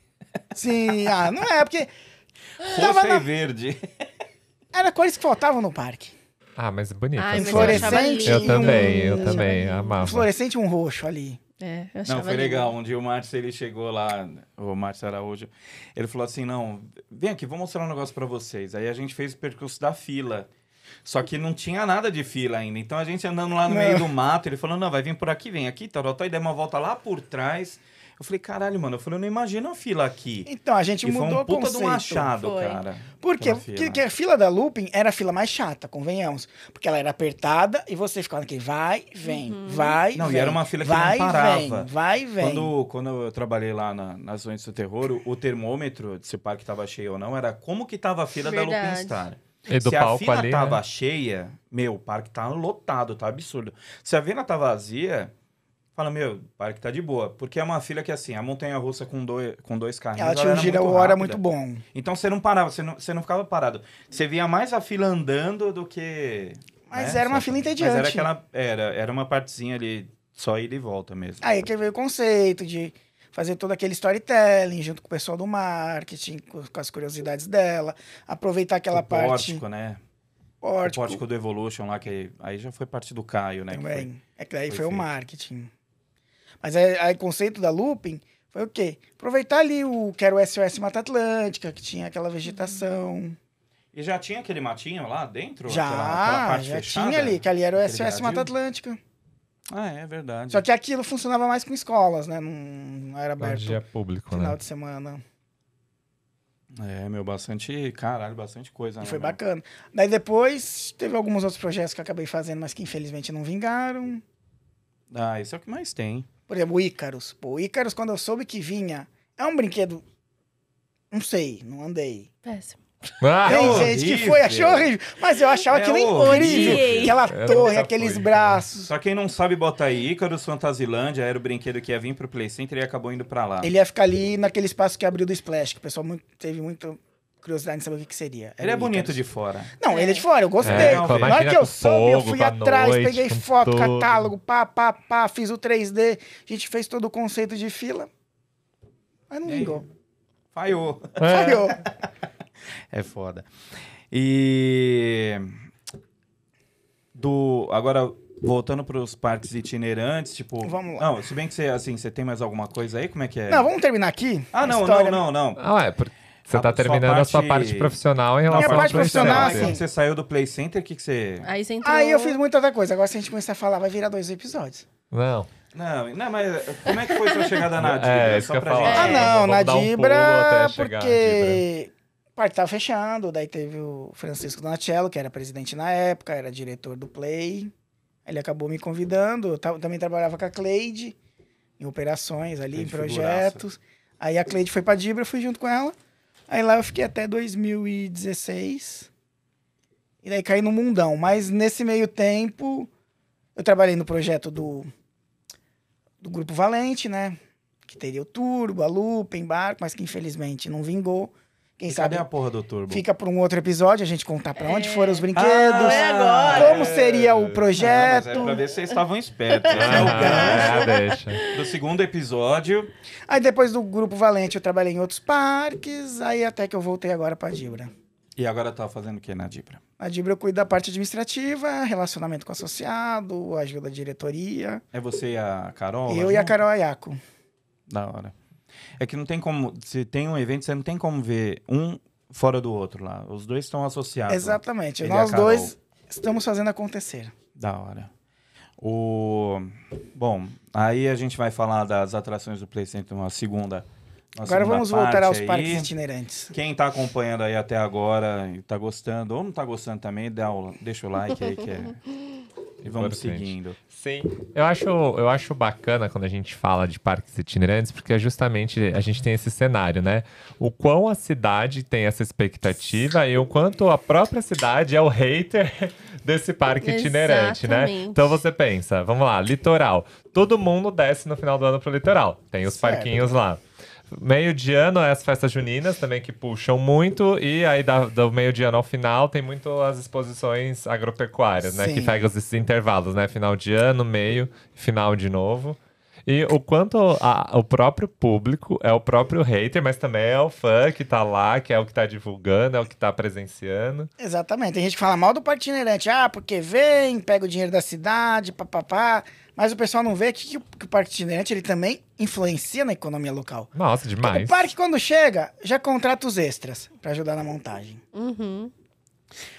Sim, ah, não é, porque Tava
Roxa e
na-
verde.
era coisas que faltavam no parque.
Ah, mas é bonito.
Ai,
assim.
mas eu
Fluorescente.
achava lindo.
Eu
Eu também, eu
achava
também.
lindo.
Um
Amava.
fluorescente e um roxo ali.
É, eu achava
Não, foi
lindo.
legal. Um dia o Márcio, ele chegou lá, o Márcio Araújo, ele falou assim, não, vem aqui, vou mostrar um negócio pra vocês. Aí a gente fez o percurso da fila. Só que não tinha nada de fila ainda. Então a gente andando lá no
Não.
meio do mato, ele falou, não, vai vir por aqui, vem aqui, tal, tal, e deu uma volta lá por trás. Eu falei, caralho, mano, eu falei, eu não imagino a fila aqui.
Então, a gente
e
mudou
foi um
o
puta de
conceito.
um achado,
Foi.
cara.
Por quê?
Aquela
Porque
fila.
que a fila da Lupin era a fila mais chata, convenhamos. Porque ela era apertada e você ficava naquele vai, vem, vai,
Não, e
vem,
era uma fila que
vai,
não parava.
Vem, vai, vem.
Quando, quando eu trabalhei lá na, nas Noites do Terror, o, o termômetro, se o parque tava cheio ou não, era como que tava a fila da
Verdade.
Lupin Star.
E do
se a
palco
fila
ali.
tava
né?
cheia, meu, o parque tá lotado, tá absurdo. Se a fila tá vazia, fala, meu, o parque tá de boa. Porque é uma fila que, assim, a montanha-russa com dois, com dois carrinhos,
Ela tinha um
era
gira
muito
hora
rápida.
muito bom.
Então você não parava, você não, você não ficava parado. Você via mais a fila andando do que...
Mas
né,
era uma
sabe?
fila
Mas era
entediante.
aquela... Era, era uma partezinha ali, só ida e volta mesmo.
Aí que veio o conceito de fazer todo aquele storytelling junto com o pessoal do marketing, com, com as curiosidades dela, aproveitar aquela
o
parte.
pórtico, né?
Pórtico.
O pórtico do Evolution lá, que aí já foi parte do Caio, né? que foi-
Também. É que daí
foi
foi, o
feito.
marketing. Mas aí, aí o conceito da looping foi o quê? Aproveitar ali o que era o SOS Mata Atlântica, que tinha aquela vegetação.
E já tinha aquele matinho lá dentro?
já,
Aquela, aquela parte
já
fechada?
tinha ali, que ali era o
Aquele
SOS
gradil?
Mata Atlântica.
Ah, é verdade.
Só que aquilo funcionava mais com escolas, né? Não, não era
Onde
aberto
é público,
final
né?
de semana.
É, meu, bastante. Caralho, bastante coisa.
E
né,
foi
meu?
bacana. Daí depois teve alguns outros projetos que eu acabei fazendo, mas que infelizmente não vingaram.
Ah, isso é o que mais tem.
Por exemplo, o Ícaros. Pô, o Ícaros, quando eu soube que vinha, é um brinquedo. Não sei, não andei.
Péssimo.
Ah,
Tem
É
gente que foi, achou horrível. Mas eu achava
É
aquilo
horrível.
incrível. Aquela
Eu
torre,
nunca
aqueles
fui.
braços.
Só quem não sabe, bota aí. Icarus Fantasilândia era o brinquedo que ia vir pro Play Center e acabou indo pra lá.
Ele ia ficar ali naquele espaço que abriu do Splash, que o pessoal muito- teve muita curiosidade em saber o que, que seria.
Ele é
o
bonito
Ícaros.
de fora.
Não, ele é de fora, eu gostei.
É,
com a
Na hora
máquina
que eu
com
soube, eu
fogo,
fui
com a
atrás,
noite,
peguei
com
foto,
tudo.
catálogo, pá, pá, pá, fiz o 3D. A gente fez todo o conceito de fila. Mas não
E aí?
vingou.
Falhou.
É.
Falhou.
É foda. E. Do. Agora, voltando pros parques itinerantes, tipo.
Vamos lá.
Não, se bem que você, assim, você tem mais alguma coisa aí? Como é que é?
Não, vamos terminar aqui.
Ah,
a
não,
história. né?
não, não, não.
Ah, ué, porque você
A
tá
sua
terminando a sua
parte-
parte profissional em
Não,
relação
Minha
ao
parte
Play
profissional,
profissional,
Center.
Quando
assim.
você saiu do Play Center, o que, que você.
Aí você entrou...
Aí eu fiz muita outra coisa. Agora se a gente começar a falar, vai virar dois episódios.
Não.
Não, não, mas como é que foi sua chegada na Dibra?
É, isso
Só
que eu ia
pra
falar.
gente.
Ah,
É,
não,
vamos
na
dar um pulo
Dibra,
até chegar na
porque o parque tava fechando, daí teve o Francisco Donatello, que era presidente na época, era diretor do Play. Ele acabou me convidando, eu tava- também trabalhava com a Cleide, em operações ali,
Cleide
em projetos. Aí a Cleide foi pra Dibra, eu fui junto com ela. Aí lá eu fiquei até 2016. E daí caí no mundão. Mas nesse meio tempo, eu trabalhei no projeto do, do Grupo Valente, né? Que teria o Turbo, a Lupa, Embarco, mas que infelizmente não vingou. Quem
E
sabe
Cadê a porra do Turbo? Ah,
fica para um outro episódio a gente contar para onde foram os brinquedos,
é agora.
como seria o projeto.
Não, Ah, mas é pra ver se vocês estavam espertos. Esse é o
Ah,
gancho
deixa.
do segundo episódio.
Aí depois do Grupo Valente eu trabalhei em outros parques, aí até que eu voltei agora para Dibra.
E agora tá fazendo o que na Dibra?
A Dibra eu cuido da parte administrativa, relacionamento com o associado, ajuda a diretoria.
É você e a Carol? né?
eu e a Carol Ayako.
Da hora. É que não tem como. Se tem um evento, você não tem como ver um fora do outro lá. Os dois estão associados.
Exatamente.
Ele e a
Nós
Carol.
dois estamos fazendo acontecer.
Da hora. O... Bom, aí a gente vai falar das atrações do Play Center uma segunda. uma
Agora
segunda
vamos voltar
parte
aos
aí.
parques itinerantes.
Quem tá acompanhando aí até agora e tá gostando, ou não tá gostando também, dá o... deixa o like aí que é. E vamos
Importante.
seguindo.
Sim. Eu acho, eu acho bacana quando a gente fala de parques itinerantes, porque é justamente a gente tem esse cenário, né? O quão a cidade tem essa expectativa e o quanto a própria cidade é o hater desse parque itinerante, né?
Exatamente.
Então você pensa, vamos lá, litoral. Todo mundo desce no final do ano pro litoral. Tem os
Certo.
parquinhos lá. Meio de ano é as festas juninas também que puxam muito, e aí da- do meio de ano ao final tem muito as exposições agropecuárias, né? Que
Sim.
pega esses intervalos, né? Final de ano, meio, final de novo. E o quanto a- o próprio público é o próprio hater, mas também é o fã que tá lá, que é o que tá divulgando, é o que tá presenciando.
Exatamente. Tem gente que fala mal do parque itinerante. Ah, porque vem, pega o dinheiro da cidade, papapá. Mas o pessoal não vê que, que o- que o parque itinerante ele também influencia na economia local.
Nossa, demais.
O parque, quando chega, já contrata os extras pra ajudar na montagem.
Uhum.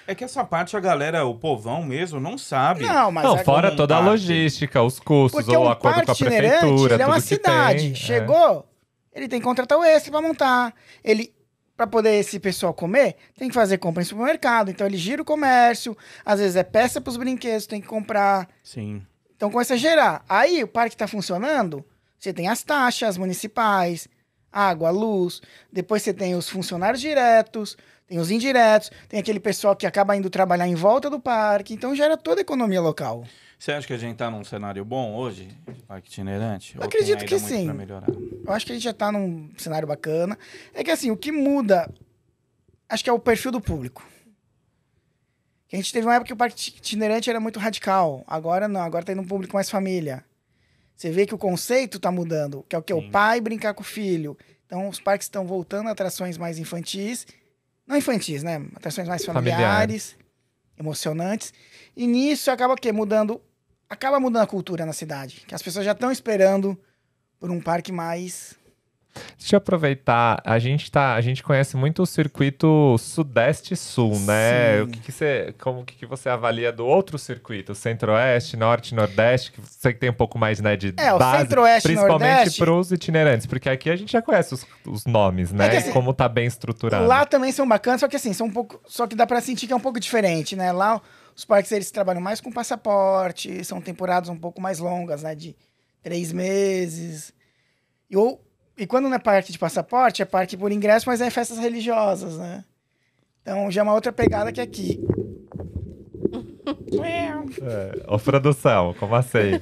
É que essa parte a galera, o povão mesmo, não sabe.
Não, mas
Não,
é-
fora
um
toda a
parque.
logística, os custos,
porque
ou o
um
acordo
parque
com a
itinerante
prefeitura,
ele é uma
tudo que
cidade.
tem, é.
Chegou, ele tem que contratar o extra pra montar. Ele para poder esse pessoal comer, tem que fazer compra em supermercado. Então ele gira o comércio, às vezes é peça pros brinquedos, tem que comprar.
Sim.
Então começa a gerar. Aí o parque tá funcionando, você tem as taxas municipais, água, luz, depois você tem os funcionários diretos, tem os indiretos, tem aquele pessoal que acaba indo trabalhar em volta do parque, então gera toda a economia local.
Você acha que a gente tá num cenário bom hoje, de parque itinerante? Ou
acredito
tem ainda
que
muito
sim.
pra melhorar?
Eu acho que a gente já tá num cenário bacana. É que assim, o que muda, acho que é o perfil do público. Que A gente teve uma época que o parque itinerante era muito radical. Agora não, agora tem um público mais família. Você vê que o conceito tá mudando, que é o que?
Sim.
O pai brincar com o filho. Então os parques estão voltando a atrações mais infantis. Não infantis, né? Atrações mais
Familiares.
familiares, emocionantes. E nisso acaba o quê? Mudando. Acaba mudando a cultura na cidade. Que as pessoas já estão esperando por um parque mais
Deixa eu aproveitar, a gente tá, a gente conhece muito o circuito sudeste-sul, né?
Sim.
O que que você, como o que que você avalia do outro circuito, centro-oeste, norte, nordeste, que você que tem um pouco mais, né, de
É, o
base,
Centro-Oeste e
principalmente
Nordeste.
para os itinerantes, porque aqui a gente já conhece os, os nomes, né?
que
e
assim,
como tá bem estruturado.
Lá também são bacanas, só que assim, são um pouco. Só que dá pra sentir que é um pouco diferente, né? Lá os parques eles trabalham mais com passaporte, são temporadas um pouco mais longas, né? De três meses. E, ou, e quando não é parque de passaporte, é parque por ingresso, mas é festas religiosas, né? Então já é uma outra pegada que aqui.
É, Ô, produção, como assim?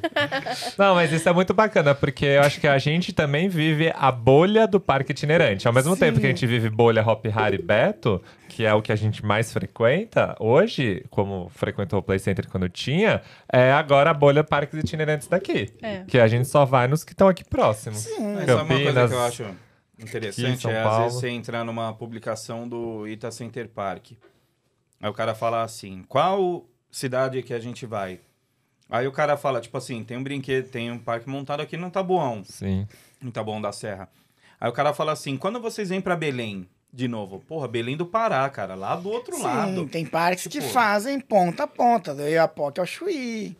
Não, mas isso é muito bacana, porque eu acho que a gente também vive a bolha do parque itinerante. Ao mesmo
Sim.
tempo que a gente vive bolha Hop Hari e Beto, que é o que a gente mais frequenta hoje, como frequentou o Play Center quando tinha, é agora a bolha parques itinerantes daqui.
É.
Que a gente só vai nos que estão aqui próximos.
Mas
Campinas,
sabe uma coisa que eu acho interessante
São
é, às
Paulo.
vezes, você entrar numa publicação do Ita Center Park. Aí o cara fala assim, qual cidade que a gente vai? Aí o cara fala, tipo assim, tem um brinquedo, tem um parque montado aqui no Taboão,
Sim.
no Taboão da Serra. Aí o cara fala assim, quando vocês vêm pra Belém, de novo, porra, Belém do Pará, cara, lá do outro lado.
Sim, tem parques que
Tipo-
fazem ponta a ponta, do Iapoque ao Chuí.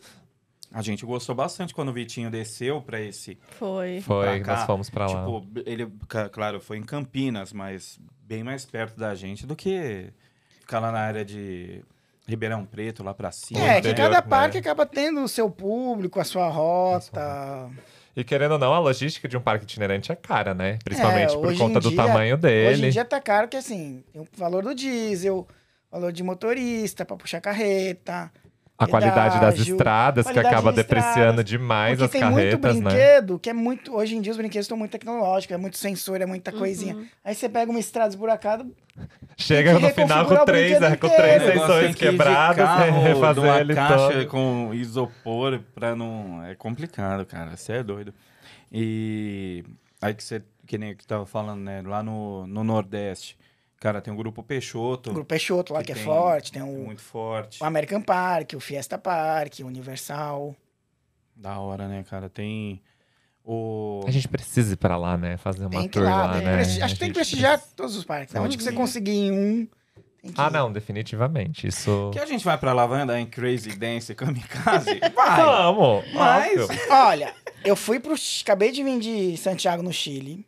A gente gostou bastante quando o Vitinho desceu pra esse
Foi.
Foi,
Pra cá,
nós fomos pra lá.
Tipo, ele, ca- claro, foi em Campinas, mas bem mais perto da gente do que ficar lá na área de Ribeirão Preto, lá pra cima.
É,
né?
que
interior,
cada
né?
parque acaba tendo o seu público, a sua rota.
E querendo ou não, a logística de um parque itinerante é cara, né? Principalmente por
É, hoje
conta
em
do
dia-
tamanho dele.
Hoje em dia tá caro que assim, tem o valor do diesel, valor de motorista pra puxar carreta.
A qualidade das
pedágio,
estradas, que
qualidade
acaba
de estradas,
depreciando demais
porque
as
tem
carretas,
muito
né?
brinquedo que é muito. Hoje em dia os brinquedos estão muito tecnológicos, é muito sensor, é muita
Uhum.
coisinha. Aí você pega uma estrada esburacada,
Hum. Chega
Tem que
no final
reconfigurar
com
o
três,
brinquedo
é, com
inteiro.
O
três
um negócio tem
sensores
que ir de
quebrados,
carro,
é,
numa
refazer ele
caixa
todo.
com isopor pra não... É complicado, cara. Você é doido. E aí que você, que nem eu que tava falando, né? Lá no, no Nordeste, Cara, tem o Grupo Peixoto.
O Grupo Peixoto lá, que, é
tem-
forte. Tem
é
o,
Muito forte.
o American Park, o Fiesta Park, o Universal.
Da hora, né, cara? Tem o...
A gente precisa ir pra lá, né? Fazer uma
Tem que ir
tour
lá,
lá,
tem que
né?
presti-
A
Acho que tem
gente
que prestigiar
precisa-
todos os parques. né?
Uhum.
Onde que você conseguir em um, tem que
Ah,
ir.
não, definitivamente. Isso.
Que a gente vai pra lá, vai andar em Crazy Dance Kamikaze? Vai!
Vamos!
Mas-
óbvio.
Olha, eu fui pro. Ch- Acabei de vir de Santiago, no Chile.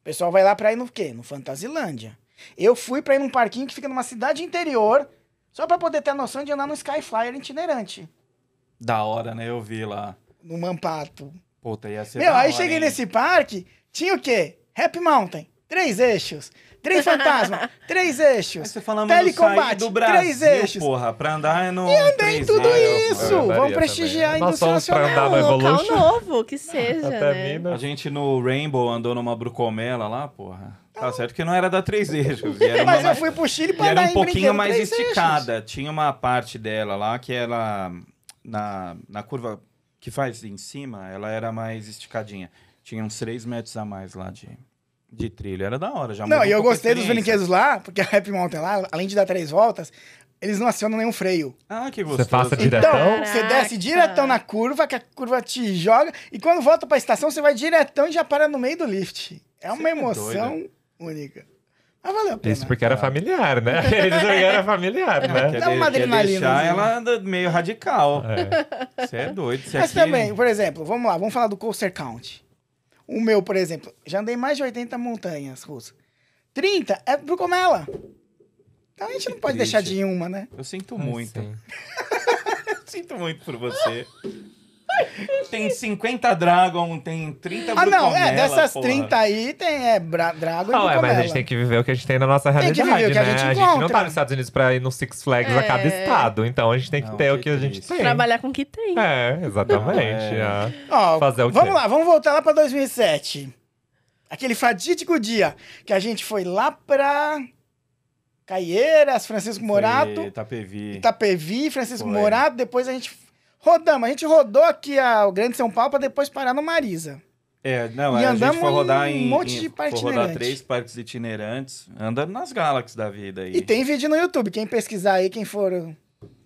O pessoal vai lá pra ir no quê? No Fantasilândia. Eu fui pra ir num parquinho que fica numa cidade interior, só pra poder ter a noção de andar no Skyflyer itinerante.
Da hora, né? Eu vi lá.
No Mampato.
Puta, ia ser
Meu,
da
aí
hora,
cheguei
hein?
nesse parque, tinha o quê? Happy Mountain. Três eixos. Três fantasmas. três
Aí
eixos.
você fala, mano,
Telecombate,
saí do
três
Brasil,
eixos.
porra, pra andar é no E andei
em tudo isso.
andaria
vamos
É, também. né?
prestigiar a
Nós
indústria
fomos pra andar
nacional.
no
um local
Evolution.
novo, que seja,
Até
né?
A
Minas.
gente no Rainbow andou numa brucomela lá, porra. Tá certo que não era da três eixos. e era uma
Então, Mas eu
mais-
fui pro Chile
E
pra
era
andar
um
em
pouquinho
brinquedo
mais
três eixos.
esticada. Tinha uma parte dela lá que era na, na curva que faz em cima, ela era mais esticadinha. Tinha uns 3 metros a mais lá de, de trilho. Era da hora, já
Não,
mudou
e
um
eu
pouco a
gostei dos
experiência.
brinquedos lá, porque a Happy Mountain lá, além de dar três voltas, eles não acionam nenhum freio.
Ah, que
Você
gostoso.
passa
Então,
Tá diretão.
Então, você desce diretão na curva, que a curva te joga, e quando volta pra estação, você vai diretão e já para no meio do lift. É uma
Você é
emoção única. Mas valeu a pena.
Isso porque era familiar, né? Isso porque era familiar,
quer
né?
de-
dá uma né?
quer
adrenalinazinha.
deixar ela anda meio radical.
um
É.
Você é doido. Você
Mas
aqui...
também, por exemplo, vamos lá, vamos falar do Coaster Count. O meu, por exemplo, já andei mais de 80 montanhas russas. 30 é Brucomela. Então a gente não pode deixar
triste.
de ir uma, né?
Eu sinto
Ai,
muito.
é, sim.
Sinto muito por você. Tem 50 Dragon, tem 30
Ah, não,
Bruconella,
é, dessas
porra.
30 aí tem é, Bra Dragon
Não,
e
é, mas a gente
Bruconella.
tem que viver o que a gente tem na nossa
Tem
realidade,
que viver o que a
né?
gente
não
encontra.
tá nos Estados Unidos pra ir no Six Flags a cada
É.
estado. Então a gente tem que
Não,
ter
que
o que a gente
triste.
tem.
Trabalhar com o que tem.
É, exatamente.
É.
é.
Ó,
Fazer o quê?
Vamos lá, vamos voltar lá pra 2007. Aquele fatídico dia que a gente foi lá pra Caieiras, Francisco Morato,
Foi Itapevi.
Itapevi, Francisco
Foi.
Morato, depois a gente rodamos, a gente rodou aqui a, o Grande São Paulo pra depois parar no Marisa.
É, não,
E
a gente
andamos
foi rodar
em
em...
um monte
em-
de parque
Foi rodar
itinerante.
três parques itinerantes, andando nas Galaxies da vida aí.
E tem vídeo no YouTube, quem pesquisar aí, quem for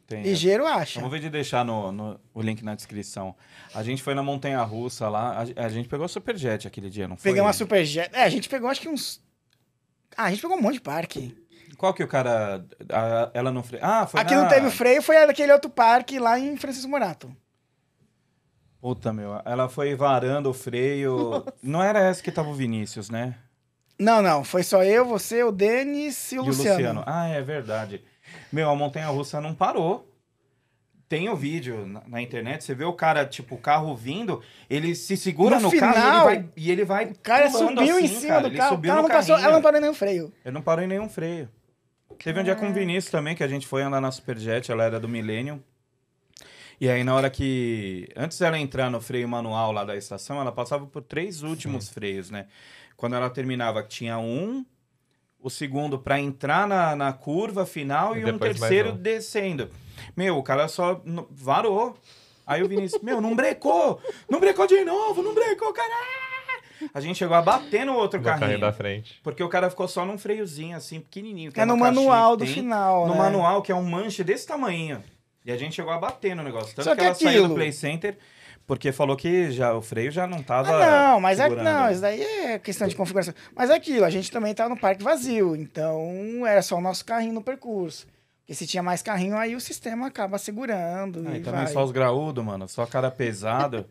Tem- é.
ligeiro acha.
Vamos ver de deixar no, no- o link na descrição. A gente foi na Montanha Russa lá, a, a gente pegou Superjet aquele dia, não foi?
Pegamos uma superjet. É, a gente pegou acho que uns... Ah, a gente pegou um monte de parque.
Qual que o cara. a- ela não freia. Ah, foi
Aqui
na...
não teve freio, foi aquele outro parque lá em Francisco Morato.
Puta, meu. Ela foi varando o freio. Não era essa que tava o Vinícius, né?
Não, não. Foi só eu, você, o Denis e o,
E
Luciano.
Ah, é verdade. Meu, a montanha russa não parou. Tem o vídeo na, na internet, você vê o cara, tipo, o carro vindo, ele se segura
No
no, carro
final,
e ele vai. E ele vai
O cara
pulando
subiu em
assim,
cima
cara,
do
ele
carro. O
Subiu
carro
no
não passou,
carrinho.
ela não parou em nenhum freio.
Ele não parou em nenhum freio. Teve um dia com o Vinícius também, que a gente foi andar na Superjet, ela era do Millennium. E aí, na hora que. Antes dela entrar no freio manual lá da estação, ela passava por três últimos freios, né? Quando ela terminava, tinha um, o segundo pra entrar na, na curva final
E
e, um
depois mais
terceiro
um.
descendo. Meu, o cara só n- varou. Aí o Vinícius, meu, não brecou! Não brecou de novo, não brecou, cara! A gente chegou a bater no outro
No carrinho
um carrinho.
da frente.
Porque o cara ficou só num freiozinho, assim, pequenininho. que
É no
uma caixinha
manual
que
do
tem,
final,
No
né?
manual, que é um manche desse tamanho. E a gente chegou a bater no negócio. Tanto
Só
que,
que é
ela saiu
aquilo-
do Play Center, porque falou que já, o freio já não
Ah,
tava
não, mas é,
segurando.
não, isso daí é questão de configuração. Mas é aquilo, a gente também tava no parque vazio, então era só o nosso carrinho no percurso. Porque se tinha mais carrinho, aí o sistema acaba segurando.
Ah,
e
e também
vai.
só os graúdos, mano. Só cara pesado.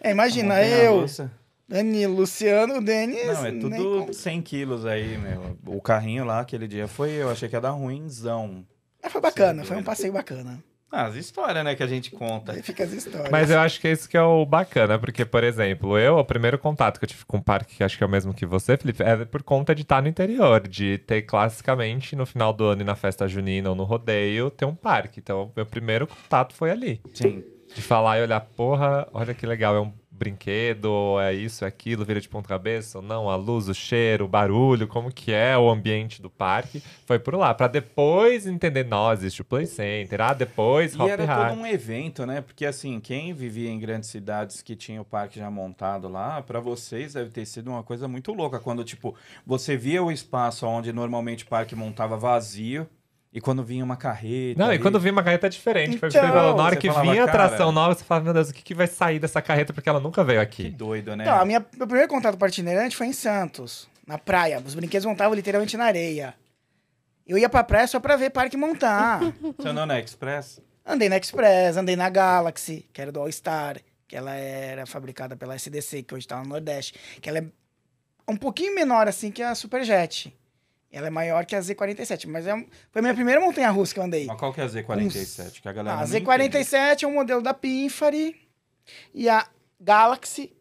É, imagina,
Montanha
eu,
russa.
Danilo, Luciano, o Denis.
Tá Não, é
nem
tudo
conta.
100 quilos aí, meu. O carrinho lá, aquele dia, foi... Eu achei que ia dar ruimzão.
Mas foi bacana,
Sim,
foi um
doido.
passeio bacana.
Ah, as histórias, né, que a gente conta.
Aí fica as histórias.
Mas eu acho que é isso que é o bacana, porque, por exemplo, eu, o primeiro contato que eu tive com o parque, que acho que é o mesmo que você, Felipe, é por conta de estar no interior, de ter classicamente no final do ano e na festa junina ou no rodeio, ter um parque. Então, meu primeiro contato foi ali.
Sim.
De falar e olhar, porra, olha que legal, é um brinquedo, é isso, é aquilo, vira de ponta cabeça ou não, a luz, o cheiro, o barulho, como que é o ambiente do parque. Foi por lá, pra depois entender, não, existe o Play Center, ah, depois Hop
E era
Harry.
todo um evento, né? Porque assim, quem vivia em grandes cidades que tinha o parque já montado lá, pra vocês deve ter sido uma coisa muito louca. Quando, tipo, você via o espaço onde normalmente o parque montava vazio, e quando vinha uma carreta.
Não, e
ali-
quando vinha uma carreta é diferente. Foi o que
Então,
você falou, na hora
você
que
falava,
vinha a
cara-
atração nova, você falava, meu Deus, o que, que vai sair dessa carreta? Porque ela nunca veio
Que
aqui.
doido, né?
Então, a minha, meu primeiro contato com o parque itinerante foi em Santos, na praia. Os brinquedos montavam literalmente na areia. Eu ia pra praia só pra ver parque montar.
Você andou na Express?
andei na Express, andei na Galaxy, que era do All Star, que ela era fabricada pela SDC, que hoje tá no Nordeste. Que ela é um pouquinho menor, assim, que a Superjet. Ela é maior que a Z47, mas é um- foi a minha primeira montanha-russa que eu andei.
Mas qual que é a Z47? Que a galera.
Ah, A
não entende.
Z47 é um modelo da Pinfari e a Galaxy,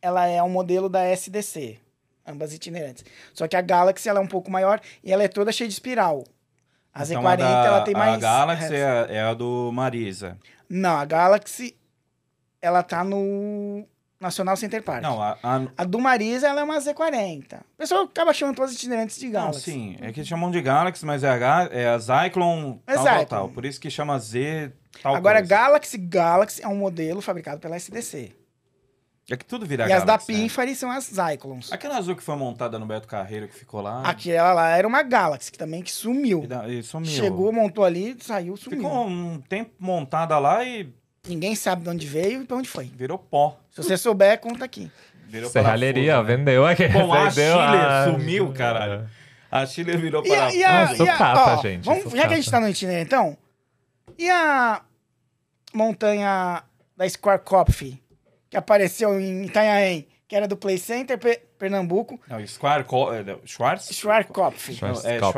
ela é um modelo da SDC, ambas itinerantes. Só que a Galaxy ela é um pouco maior e ela é toda cheia de espiral. A
Então,
Z40
da-
ela tem mais
A Galaxy
reta.
é, a- é a do Marisa.
Não, a Galaxy ela tá no National Center Park.
Não, a. a...
A do Marisa ela é uma Z40. O pessoal acaba chamando todas as itinerantes de
Não,
Galaxy.
sim, é que chamam de Galaxy, mas é a, Ga- é a Zyklon
É
tal, tal,
Zyklon.
tal. Por isso que chama Z tal
Agora,
coisa.
Galaxy Galaxy é um modelo fabricado pela SDC.
É que tudo vira
e as da
Galaxy, né?
Pinfari são as Zyklons.
Aquela azul que foi montada no Beto Carreiro, que ficou lá.
Aquela lá era uma Galaxy que também que
E,
sumiu.
da, e sumiu.
Chegou, montou ali, saiu, sumiu.
Ficou um tempo montada lá e
Ninguém sabe de onde veio e pra onde foi.
virou pó.
Se você souber, conta aqui.
Virou
Serralheria,
parafuso, né?
vendeu aqui.
Bom, a
vendeu,
Schiller
ah,
sumiu, caralho. A Chile virou
E a,
parafuso.
e a,
Ah, sou
e a-
capa,
ó,
gente,
Vamos,
sou
já que a gente
capa.
tá no itinerário, então. E a montanha da Square Copf, que apareceu em Itanhaém, que era do Play Center, Pe- Pernambuco,
Não, Schwarco... é, não, Schwarz?
Square Copf.
Não, é
Schwarzkopf.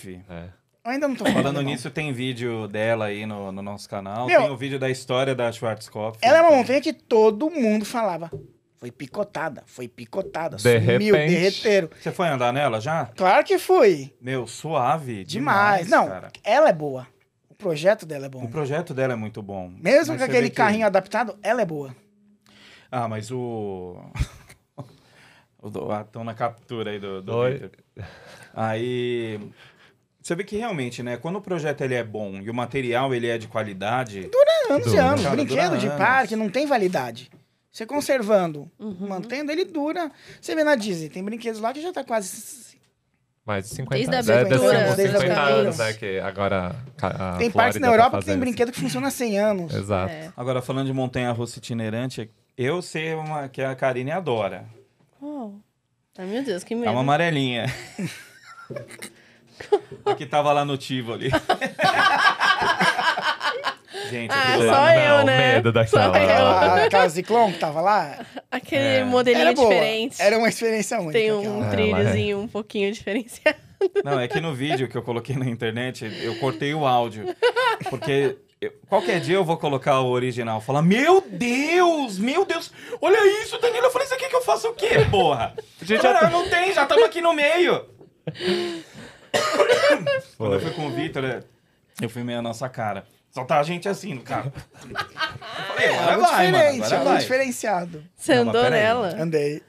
Schwarzkopf.
É.
Eu ainda não tô falando.
Falando
não.
nisso, tem vídeo dela aí no, no nosso canal.
Meu-
tem o vídeo da história da Schwarzkopf.
Ela é uma montanha que todo mundo falava. Foi picotada, foi picotada,
De
sumiu,
repente.
derreteram.
Você foi andar nela já?
Claro que fui.
Meu, suave.
Demais.
Demais,
não,
cara.
ela é boa. O projeto dela é bom.
O projeto dela é muito bom. Mas
Mesmo
você
com
vê
aquele
que-
carrinho adaptado, ela é boa.
Ah, mas o. Estão na captura aí do, do
Oi.
Victor. Aí. Você vê que realmente, né? Quando o projeto ele é bom e o material ele é de qualidade.
É, anos e
Dura.
anos.
Cara,
Brinquedo
dura
de
anos.
parque não tem validade. Você conservando, mantendo, ele dura. Você vê na Disney, tem brinquedos lá que já tá quase.
Mais de 50
Desde a
anos. É,
abertura,
desde uns
desde a
50 anos,
abertura.
né? Que agora. ca- a Flórida
tem parques na
tá
Europa que tem
fazendo
brinquedo que funciona há 100 anos.
isso. Exato.
É.
Agora, falando de montanha russa itinerante, eu sei uma que a Karine adora.
Oh. Ai, meu Deus, que
É
medo.
uma amarelinha. a que tava lá no Tivoli. Gente,
Ah,
aquilo lá
só
não-
eu,
não,
né?
medo daquela.
Só eu.
Aquela, aquela Ziclone que tava lá,
Aquele
É.
modelinho
era boa.
diferente.
Era uma experiência única.
Tem um
Ah,
aquela.
É,
trilhozinho um pouquinho diferenciado.
Não, é que no vídeo que eu coloquei na internet, eu cortei o áudio. Porque eu- qualquer dia eu vou colocar o original. Falar, meu Deus, meu Deus, olha isso, Danilo. Eu falei, isso aqui que eu faço o quê, porra?
Gente,
Cara,
já-
não tem, já tamo aqui no meio. Quando eu fui
Foi.
com o Victor, é, eu filmei a nossa cara. Só tá a gente assim no carro. Eu falei,
É
agora
algo
vai, mano,
diferente,
agora
algo
vai.
diferenciado.
Você
Não, mas
andou
peraí. É
nela?
Andei.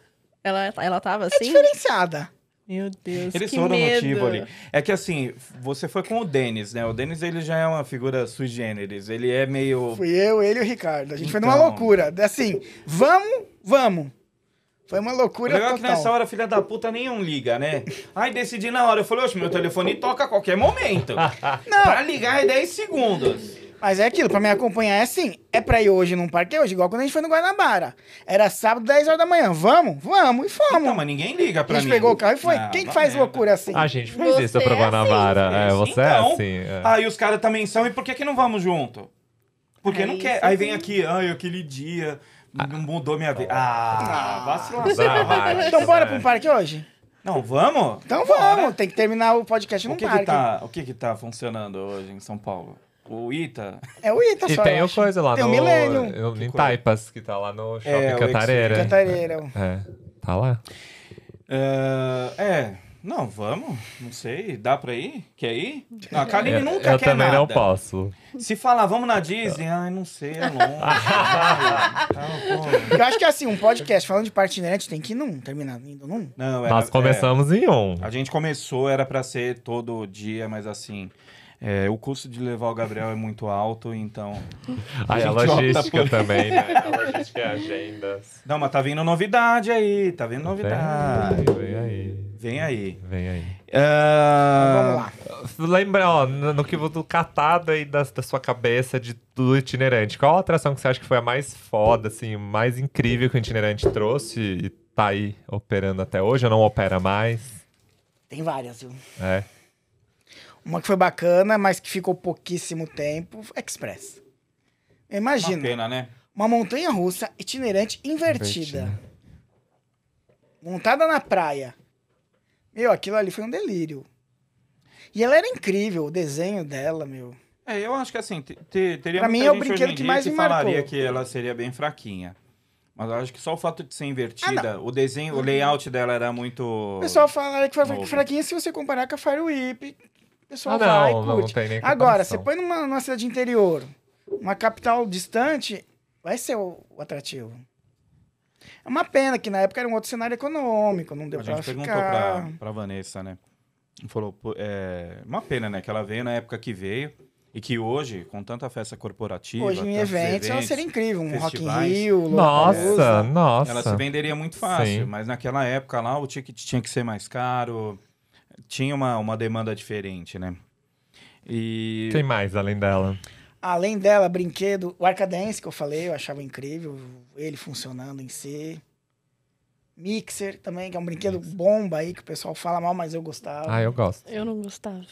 Ela, ela tava
É
assim?
diferenciada.
Meu Deus,
Eles
que
foram
medo.
no Tivoli. É que assim, você foi com o Denis, né? O Denis ele já é uma figura sui generis. Ele é meio.
Fui eu, ele e o Ricardo. A gente foi numa Assim,
Então. é né? é
é assim,
Então, Ah, é,
assim?
Ah,
é assim.
É,
então.
então,
assim,
Ah,
"Ah, Ah, tá?
Ah. né? tá
é assim. Então um um É um É,
É,
É, Não, vamos. Não sei. Dá pra ir? Quer ir? Não, a Karine nunca
É, eu
quer
também
nada.
não posso.
Se falar, vamos na Disney, ai, não sei, é longe. Ah, pô.
Eu acho que assim, um podcast falando de parte inerente tem que ir num, terminar indo num.
não, era-
Nós começamos em um.
é, a gente começou, era pra ser todo dia, mas assim, é, o custo de levar o Gabriel é muito alto, então.
Aí a
gente opta
logística
por-
também, né? A logística é agendas.
Não, mas tá vindo novidade aí, tá vindo
Vem
novidade.
aí, vem aí.
Vem aí. É
Vem aí.
Ah,
Vamos lá.
Lembra, ó, no no que do catado aí da, da sua cabeça de do itinerante, qual a atração que você acha que foi a mais foda, assim, mais incrível que o itinerante trouxe e tá aí operando até hoje ou não opera mais?
Tem várias, viu?
É.
Uma que foi bacana, mas que ficou pouquíssimo tempo, Express.
Uma
Imagina,
pena, né?
uma montanha russa itinerante invertida.
Invertida.
Montada na praia. Meu, aquilo ali foi um delírio. E ela era incrível, o desenho dela, meu.
É, eu acho que assim, te- te- teria muita
Pra mim é o
gente
brinquedo
hoje em
que
dia
mais me
falaria
marcou.
que ela seria bem fraquinha. Mas eu acho que só o fato de ser invertida, o desenho, o layout dela era muito.
Ah, Uhum. O pessoal fala que foi
Novo.
fraquinha se você comparar com a Fire Whip. O pessoal
Ah,
vai
não,
e
não, não
curte.
tem nem
Agora,
comparação.
você põe numa, numa cidade interior, uma capital distante, vai ser o, o atrativo. É uma pena que na época era um outro cenário econômico, não deu
a
pra
gente perguntou
ficar.
pra, pra Vanessa, né? Falou, pô, é, uma pena, né? Que ela veio na época que veio e que hoje, com tanta festa corporativa,
Hoje em
tantos
eventos, ela seria incrível. Um Rock in
festivais.
Rio,
Nossa,
Lollapalooza.
nossa.
ela se venderia muito fácil.
Sim.
Mas naquela época lá, o ticket tinha que ser mais caro, tinha uma, uma demanda diferente, né? E.
Quem mais além dela?
Além dela, brinquedo, o Arcadence que eu falei, eu achava incrível, ele funcionando em si. Mixer também, que é um brinquedo bomba aí, que o pessoal fala mal, mas eu gostava.
Ah, eu gosto.
Eu não gostava.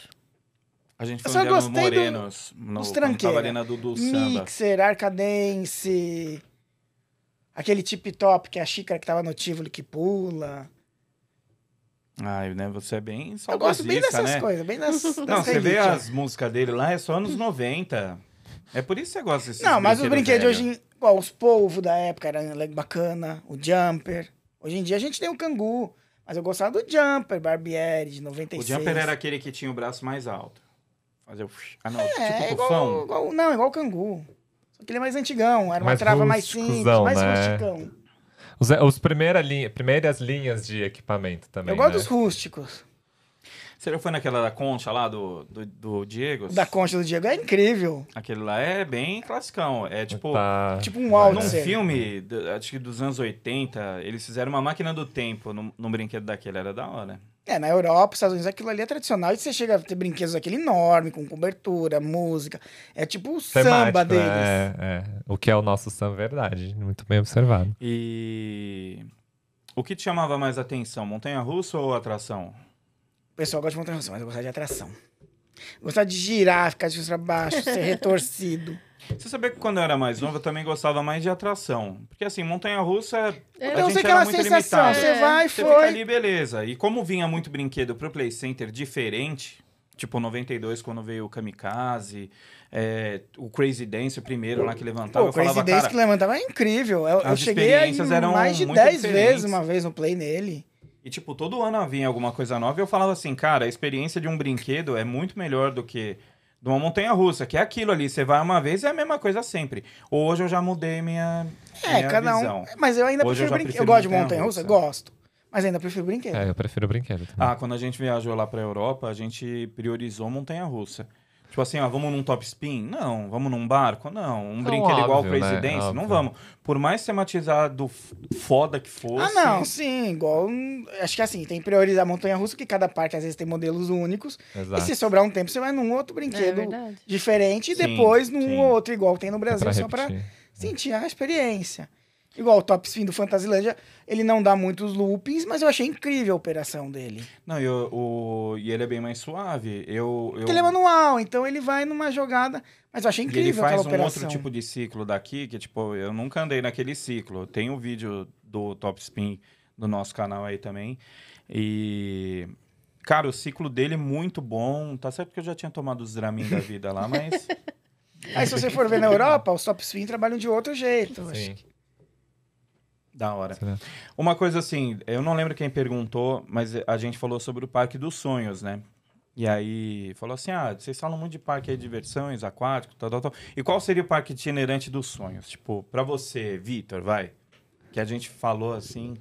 A gente foi
Eu
um
só
dia no
gostei do-
Morenos, no,
dos
quando
tranqueira.
tava ali na Dudu Samba.
Mixer, Arcadence, aquele tip top, que é a xícara que tava no Tivoli que pula.
Ai, né, você é bem
eu gosto bem
saudosista,
dessas
né?
coisas, bem das, das
Não, você vê
relíquias. Hum.
as músicas dele lá, é só anos 90. É por isso que você gosta desses
Não, mas os brinquedos
velhos.
hoje, em- igual os polvos da época, era le- bacana, o Jumper. Hoje em dia a gente tem o Cangu, mas eu gostava do Jumper, Barbieri, de 96.
O Jumper era aquele que tinha o braço mais alto. Fazia... o fush. Ah, não,
É,
tipo
igual,
tufão.
igual, não, igual o Cangu. Só que ele é mais antigão, era uma
Mais
trava mais simples,
rusticozão,
mais
né?
rusticão.
Os, é, os primeira linha, primeiras linhas de equipamento também.
eu gosto
né?
dos rústicos.
Você já foi naquela da concha lá do, do, do Diego?
O da concha do Diego é incrível.
Aquele lá é bem classicão. É tipo...
Tá.
Tipo um
Num
áudio.
filme, do- acho que dos anos 80, eles fizeram uma máquina do tempo num, num brinquedo daquele. Era da hora.
É, na Europa, Estados Unidos, aquilo ali é tradicional e você chega a ter brinquedos daquele enorme, com cobertura, música. É tipo o samba
Temático,
deles.
né? É, é. O que é o nosso samba verdade. Muito bem observado.
E... O que te chamava mais atenção? Montanha-russa ou atração?
O pessoal gosta de montanha russa, mas eu gostava de atração. Gostava de girar, ficar de para baixo, ser retorcido.
Você sabia que quando eu era mais novo, eu também gostava mais de atração. Porque assim, montanha-russa,
É,
a
Então
gente era
você aquela
muito
sensação,
limitado.
você
É.
vai,
Você fica
foi.
ali, beleza. E como vinha muito brinquedo pro Play Center diferente, tipo 92, quando veio o Kamikaze, é, o Crazy Dance, o primeiro lá que levantava,
Pô,
eu
o Crazy
falava,
Days
cara...
que levantava é incrível. Eu, eu
As
cheguei a ir
experiências eram
mais de
muito
10 vezes
diferentes.
uma vez no play nele.
E tipo, todo ano vinha alguma coisa nova e eu falava assim, cara, a experiência de um brinquedo é muito melhor do que de uma montanha-russa, que é aquilo ali, você vai uma vez e é a mesma coisa sempre. Hoje eu já mudei minha,
É,
minha
cada
visão.
um. Mas eu ainda
Hoje eu
prefiro
já
brinquedo.
prefiro
Eu gosto de montanha
montanha-russa.
russa, gosto. Mas ainda prefiro brinquedo.
É, eu prefiro brinquedo também.
Ah, quando a gente viajou lá pra Europa, a gente priorizou montanha-russa. Tipo assim, ó, vamos num top spin? Não. Vamos num barco? Não. Um
É
Não,
brinquedo igual o
óbvio,
Crazy
né?
Dance?
Óbvio.
Não vamos. Por mais tematizado f- foda que
Ah,
fosse...
não, sim, igual. hum, Acho que assim, tem que priorizar a montanha russa, porque cada parque às vezes tem modelos únicos.
Exato.
E se sobrar um tempo, você vai num outro
É
brinquedo
verdade.
diferente e
Sim,
depois num
sim.
ou outro, igual tem no
É
Brasil,
pra
só pra
repetir.
sentir a experiência. Igual o Top Spin do Fantasilândia, ele não dá muitos loopings, mas eu achei incrível a operação dele.
Não, e, o- o- e ele é bem mais suave. Eu, eu...
Porque ele é manual, então ele vai numa jogada. Mas eu achei
e
incrível
ele faz
aquela
um
operação.
outro tipo de ciclo daqui, que tipo, eu nunca andei naquele ciclo. Tem um vídeo do Top Spin do nosso canal aí também. E... Cara, o ciclo dele é muito bom. Tá certo que eu já tinha tomado os Dramin da vida lá, mas...
Aí se você for ver na Europa, os Top Spin trabalham de outro jeito. eu acho.
Sim.
Da hora.
Será?
Uma coisa assim, eu não lembro quem perguntou, mas a gente falou sobre o Parque dos Sonhos, né? E aí falou assim: ah, vocês falam muito de parque aí, de diversões, aquático, tal, tal, tal. E qual seria o parque itinerante dos sonhos? Tipo, pra você, Vitor, vai. Que a gente falou assim.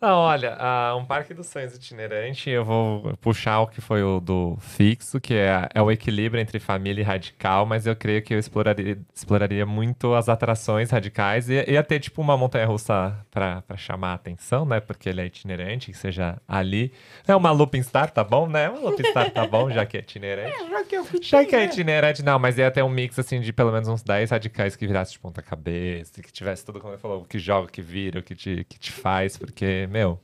Não, olha, ah, um parque dos sonhos itinerante, eu vou puxar o que foi o do fixo, que é, é o equilíbrio entre família e radical, mas eu creio que eu exploraria, exploraria muito as atrações radicais. e ia ter, tipo, uma montanha-russa pra, pra chamar a atenção, né? Porque ele é itinerante, que seja ali. É uma looping star, tá bom, né? Uma looping star tá bom, já que é itinerante.
né?
Já que é itinerante, não, mas ia ter um mix assim de pelo menos uns 10 radicais que virasse de ponta cabeça, que tivesse tudo como ele falou, o que joga, o que vira, o que te, que te faz, porque, meu,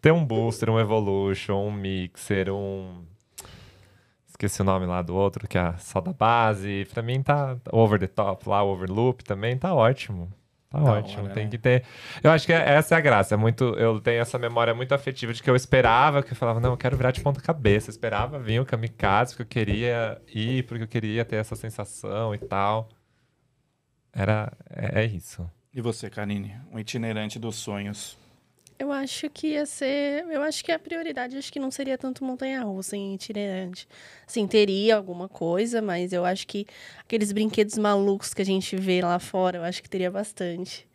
ter um booster, um evolution, um mixer, um. Esqueci o nome lá do outro, que é só da base. Pra mim tá over the top lá, overloop também, tá ótimo. Tá
Da
ótimo,
hora,
tem
né?
que ter. Eu acho que é- essa é a graça. É muito, eu tenho essa memória muito afetiva de que eu esperava, que eu falava, não, eu quero virar de ponta cabeça. Eu esperava vir o kamikaze, porque eu queria ir, porque eu queria ter essa sensação e tal. Era. É, é isso.
E você, Karine? Um itinerante dos sonhos.
Eu acho que ia ser. Eu acho que a prioridade acho que não seria tanto montanha-russa em itinerante. Sim, teria alguma coisa, mas eu acho que aqueles brinquedos malucos que a gente vê lá fora, eu acho que teria bastante.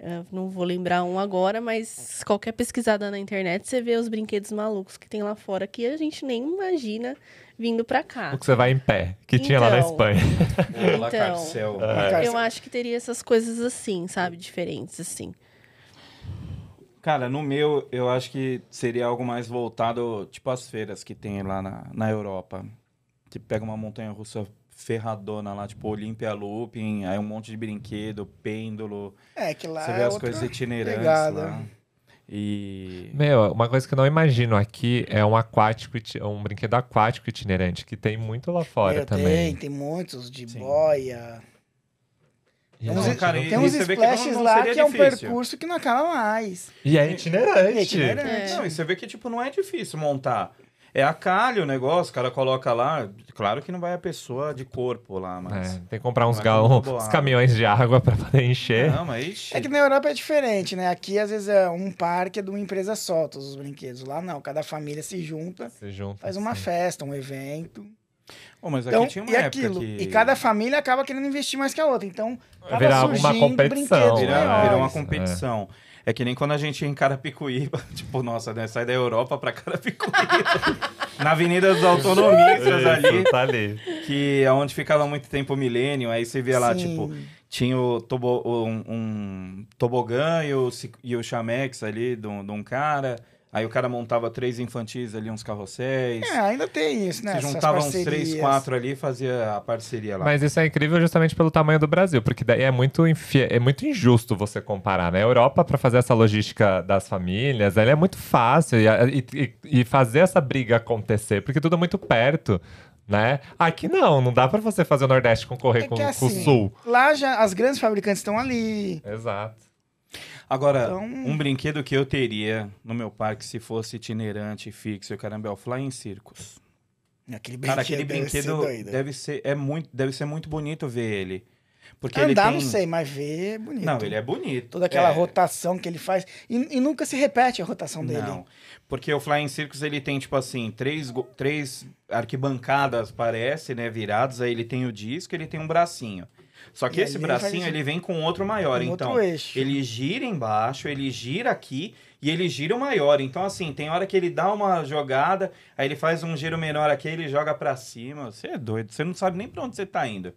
Eu não vou lembrar um agora, mas qualquer pesquisada na internet você vê os brinquedos malucos que tem lá fora que a gente nem imagina vindo pra cá.
O que você vai em pé, que tinha lá na
Então.
Espanha.
Ô, La
Então.
Carcel.
Eu acho que teria essas coisas assim, sabe? Diferentes, assim.
Cara, no meu, eu acho que seria algo mais voltado, tipo as feiras que tem lá na, na Europa. Que pega uma montanha russa ferradona lá, tipo Olympia Looping, aí um monte de brinquedo, pêndulo.
É, que lá
você vê
é
as
outra
coisas itinerantes
pegada.
lá. E.
Meu, uma coisa que eu não imagino aqui é um aquático, iti- um brinquedo aquático itinerante, que tem muito lá fora
Meu,
também.
É, Tem, tem muitos de
Sim.
boia.
E, é
Tem uns,
não,
Não, cara, e-
tem uns
você vê que não-
splashes
não
lá
seria
que é um
difícil.
percurso que não acaba mais.
e é itinerante.
É itinerante.
Não, e você vê que, tipo, não é difícil montar. É a calha o negócio, o cara coloca lá. Claro que não vai a pessoa de corpo lá,
É,
mas.
tem que comprar uns
Mas
galões,
muito boa
uns
água.
caminhões de água pra poder encher.
Não, mas. ixi.
É que na Europa é diferente, né? Aqui, às vezes, é um parque é de uma empresa só, todos os brinquedos. Lá não, cada família se junta,
Você junta,
faz uma
assim.
festa, um evento.
Ô, mas
Então,
aqui tinha uma
e
época
aquilo.
que-
E cada família acaba querendo investir mais que a outra. Então, acaba
Virar alguma
surgindo
competição,
brinquedos
né?
Vira,
maiores.
vira uma competição. É. que nem quando a gente ia em Carapicuíba, tipo, nossa, né? Sai da Europa pra Carapicuíba. Na Avenida dos Autonomistas
Isso,
ali,
tá ali.
que é onde ficava muito tempo o milênio, aí você via lá,
Sim.
tipo, tinha o tobo- um, um tobogã e o, ci- e o chamex ali de um, de um cara. Aí o cara montava três infantis ali, uns carrosséis.
É, ainda tem isso, né?
se
Essas
juntava uns três,
parcerias.
quatro ali e fazia a parceria lá.
Mas isso é incrível justamente pelo tamanho do Brasil, porque daí é muito, infi- é muito injusto você comparar, né? A Europa, pra fazer essa logística das famílias, ela é muito fácil e, a- e- e- e fazer essa briga acontecer, porque tudo é muito perto, né? Aqui não, não dá pra você fazer o Nordeste concorrer
É
com,
que
com o
assim-
Sul.
Lá já as grandes fabricantes estão ali.
Exato.
Agora,
Então-
um brinquedo que eu teria no meu parque se fosse itinerante, fixo e o caramba é o Flying Circus.
Aquele brinquedo,
Cara, aquele
deve ser
brinquedo
doido.
deve ser, é muito, deve ser muito bonito ver ele. Porque ele
Andar,
tem...
não sei, mas ver é bonito.
Não, ele é bonito.
Toda aquela
é.
rotação que ele faz. E, e nunca se repete a rotação dele.
Não, porque o Flying Circus ele tem tipo assim três, go- três arquibancadas parece, né, virados. Aí ele tem o disco, ele tem um bracinho. Só que
E
esse
ali ele faz
bracinho
isso-
ele vem com outro maior,
Um
então
outro eixo.
Ele gira embaixo, ele gira aqui e ele gira o maior. Então, assim, tem hora que ele dá uma jogada, aí ele faz um giro menor aqui, ele joga pra cima. Você é doido, você não sabe nem pra onde você tá indo.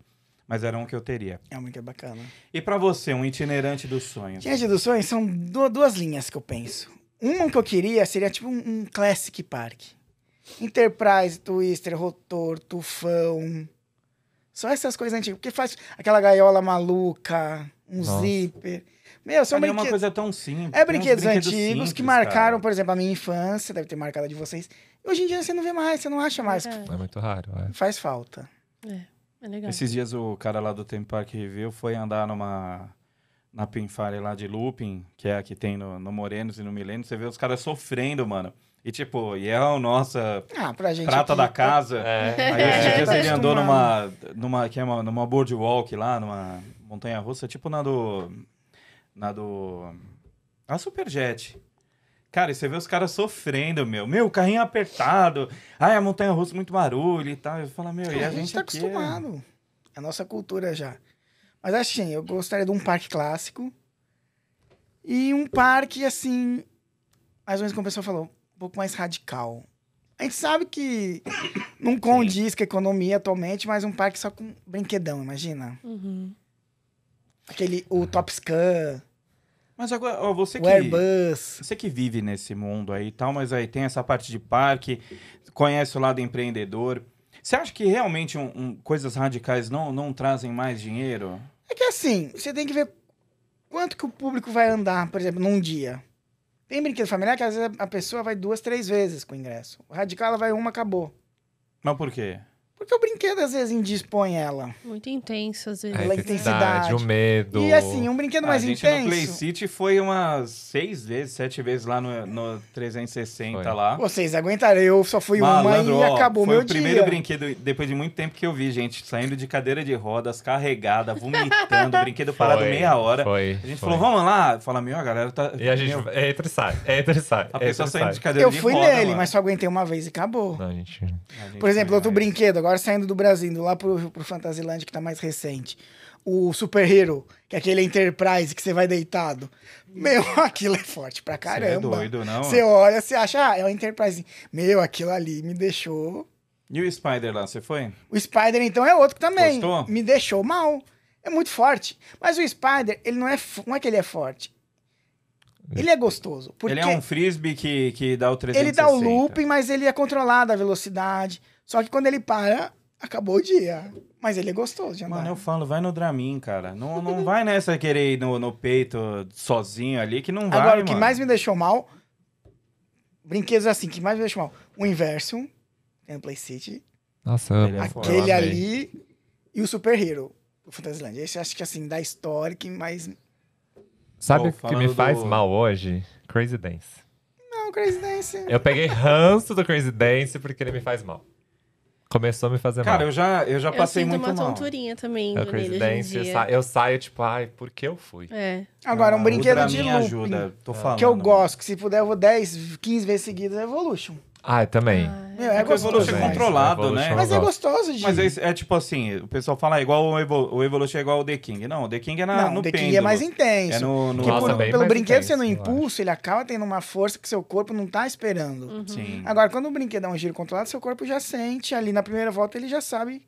Mas era um que eu teria.
É um brinquedo bacana.
E pra você, um itinerante dos sonhos?
Gente dos sonhos são du- duas linhas que eu penso. Uma que eu queria seria tipo um, um Classic Park. Enterprise, Twister, Rotor, Tufão. Só essas coisas antigas. Porque faz aquela gaiola maluca, um
Nossa.
zíper. Meu, são
Cara, é
brinquedos.
uma coisa tão simples.
É
tem uns
brinquedos, antigos que
simples,
marcaram,
cara.
por exemplo, a minha infância, deve ter marcado a de vocês. Hoje em dia você não vê mais, você não acha mais.
É muito raro, é.
Faz falta.
É legal.
Esses dias o cara lá do Tempo Park Review foi andar numa. Na Pinfare lá de Looping, que é a que tem no, no Morenos e no Milênio, você vê os caras sofrendo, mano. E tipo, e é a nossa
Ah, pra gente.
prata
aqui,
da
tá-
casa.
É.
Aí esses
É,
dias
tá
ele andou numa,
acostumado.
numa, que é uma, numa boardwalk lá, numa montanha russa, tipo na do. Na do. A Superjet. Cara, e você vê os caras sofrendo, meu. Meu, carrinho apertado. Ai, a montanha russa muito barulho e tal. Eu falo, meu, e a,
a gente tá
aqui?
acostumado. É a nossa cultura já. Mas assim, eu gostaria de um parque clássico e um parque, assim, mais ou menos como o pessoal falou, um pouco mais radical. A gente sabe que não condiz com a economia atualmente, mas um parque só com brinquedão, imagina.
Uhum.
Aquele, o Top Scan,
Mas agora, ó, você
o
que.
Airbus.
Você que vive nesse mundo aí e tal, mas aí tem essa parte de parque, conhece o lado empreendedor. Você acha que realmente um- um- coisas radicais não, não trazem mais dinheiro?
É que assim, você tem que ver quanto que o público vai andar, por exemplo, num dia. Tem brinquedo familiar que às vezes a pessoa vai duas, três vezes com o ingresso. O radical, ela vai uma, acabou.
Mas por quê?
Porque o brinquedo às vezes indispõe ela.
Muito intenso, às vezes.
A
Pela
intensidade, o
intensidade.
medo.
E assim, um brinquedo mais
Ah, a gente
intenso.
no Play City foi umas seis vezes, sete vezes lá no, no 360
Foi.
lá.
Vocês aguentaram, eu só fui
Malandro,
uma e
ó,
acabou o
foi
meu
o primeiro
dia.
brinquedo, depois de muito tempo que eu vi gente saindo de cadeira de rodas, carregada, vomitando, brinquedo parado
Foi,
meia hora.
Foi,
A gente
foi.
falou, vamos lá. Fala, meu, a galera tá...
E a gente é
meu,
entra e sai, entra e sai.
a
entra
pessoa
e
saindo
sai.
de cadeira
Eu
de
fui
roda,
nele,
mano.
mas só aguentei uma vez e acabou.
Não, gente.
A gente é.
Por exemplo,
não
outro
vai.
brinquedo, agora saindo do Brasil, indo lá pro, pro Fantasilândia, que tá mais recente. O Super Hero, que é aquele Enterprise que você vai deitado. Meu, aquilo é forte pra
Você
caramba.
É doido, não?
Você olha, você acha, ah, é o Enterprise. Meu, aquilo ali me deixou.
E o Spider lá, você foi?
O Spider, então, é outro também.
Gostou?
Me deixou mal. É muito forte. Mas o Spider, ele não é. fo- Não é que ele é forte. Ele é gostoso. Porque
Ele é um frisbee que, que dá o 360.
ele dá o looping, mas ele é controlado a velocidade. Só que quando ele para, acabou o dia. Mas ele é gostoso de andar.
Mano, eu falo, vai no Dramin, cara. Não, não vai nessa querer ir no, no peito sozinho ali, que não vai,
Agora, o que
mano.
mais me deixou mal. Brinquedos assim, que mais me deixou mal. O Inversion, tem no Play City.
Nossa, eu
Ele é
eu
forte.
aquele
amei.
ali. E o Super Hero, do Fantasyland. Esse acho que assim, da história que mais.
Sabe
Pô,
o que
falando
me faz
do-
mal hoje? Crazy Dance.
Não, Crazy Dance.
Eu peguei ranço do Crazy Dance porque ele me faz mal. Começou a me fazer
Cara,
mal.
eu já, eu já
Eu
passei
sinto
muito
uma
mal.
tonturinha também
É
indo
o Crazy
nele
Dance,
hoje em
eu,
dia.
sa- eu saio tipo, ai, por que eu fui?
É.
Agora, um
Ah,
brinquedo
o
de
Dramin
looping. é.
ajuda, tô falando.
Que eu gosto, que se puder eu vou 10, 15 vezes seguidas é Evolution.
Ah, eu também.
Meu, é
Porque o
gostoso.
Evolution é
demais.
controlado,
Evolution
né?
eu
Mas é
gosto.
gostoso de.
Mas é, é tipo assim, o pessoal fala "Ah, igual o, Evo, o Evolution é igual o The King. Não, o The King é na,
Não,
no
o The King
pêndulo.
é mais intenso.
É no... no...
Porque
Nossa,
por-
bem
pelo
mais
brinquedo
intenso,
sendo
eu
impulso, ele acaba tendo uma força que seu corpo não tá esperando.
Hum. Uhum.
Sim.
Agora, quando o brinquedo é um giro controlado, seu corpo já sente. Ali na primeira volta ele já sabe.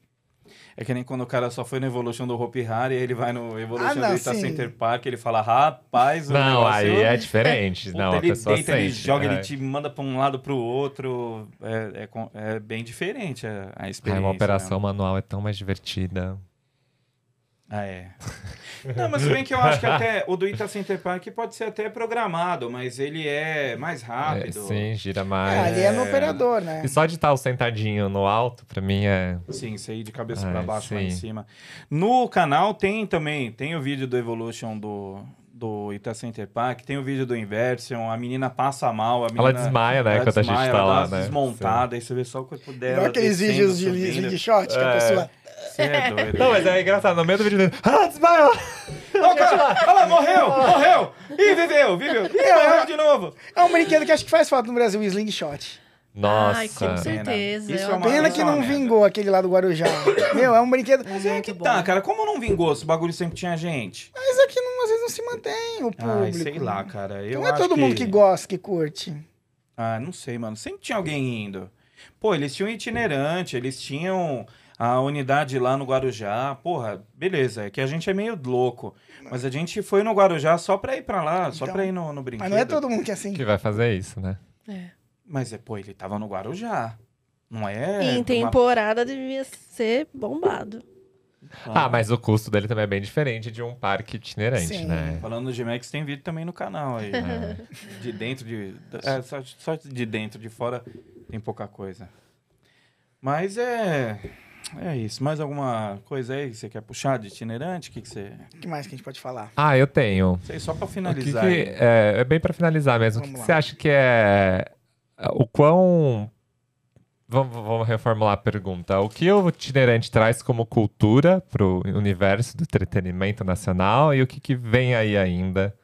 É que nem quando o cara só foi no Evolution do Hopi Hari, ele vai no Evolution
Ah, não,
do Ita
sim.
Center Park, ele fala, rapaz, o
Não,
negócio...
aí é diferente.
Puta,
Não, a
ele
pessoa
né, um deita,
sente.
ele joga,
é.
ele te manda pra um lado pro outro. É, é com- é bem diferente a, a
Ai,
experiência.
É uma operação
né?
manual é tão mais divertida.
Ah, é. Não, mas se bem que eu acho que até o do Ita Center Park pode ser até programado, mas ele é mais rápido.
É, sim, gira
É,
mais.
ali é no operador, né?
E só de estar o sentadinho no alto, pra mim é.
Sim, isso aí de cabeça
Ah,
pra baixo, lá em
sim.
cima. No canal tem também, tem o vídeo do Evolution do, do Ita Center Park, tem o vídeo do Inversion, a menina passa mal, a menina...
Ela desmaia, né?
ela
quando a
desmaia,
gente tá
ela dá
lá,
umas
né?
desmontada, aí você vê só o corpo dela
Não é aqueles
descendo,
vídeos de
subindo.
slingshot que a
É.
pessoa.
Você é doido.
Sim. Não, mas é engraçado. No meio do vídeo dele. Ah, desmaiou!
Ó, o cara, olha lá, morreu, morreu! Ih, viveu, viveu! Ih, morreu de novo!
É um brinquedo que acho que faz falta no Brasil, o slingshot.
Nossa.
Ai, com certeza.
Isso
eu
é uma-
adoro.
Pena que
isso é uma
não
merda.
vingou aquele lá do Guarujá. Meu, é um brinquedo.
Mas é
Muito
que
bom.
tá, cara. Como não vingou se o bagulho sempre tinha gente?
Mas aqui não, às vezes não se mantém o é público.
Ai, sei lá, cara. Eu
não é
acho
todo mundo que gosta, que curte.
Ah, não sei, mano. Sempre tinha alguém indo. Pô, eles tinham itinerante, eles tinham a unidade lá no Guarujá. Porra, beleza. É que a gente é meio louco. Mas a gente foi no Guarujá só pra ir pra lá, só
Então,
pra ir no, no brinquedo.
Mas não é todo mundo que é assim.
Que vai fazer isso, né?
É.
Mas é, pô, ele tava no Guarujá. Não é?
em temporada devia ser bombado.
Ah, mas o custo dele também é bem diferente de um parque itinerante,
Sim.
né?
Falando do GMAX, tem vídeo também no canal aí. né?
É.
De dentro de. é, só, só de dentro, de fora tem pouca coisa. Mas é. É isso. Mais alguma coisa aí que você quer puxar de itinerante? O que, que você.
O que mais que a gente pode falar?
Ah, eu tenho.
Isso aí só pra
O que que-
finalizar. aí.
é, é bem pra finalizar mesmo. o que
Vamos
que,
lá.
você acha que é o quão vamos, vamos reformular a pergunta. O que o itinerante traz como cultura pro universo do entretenimento nacional e o que, que vem aí ainda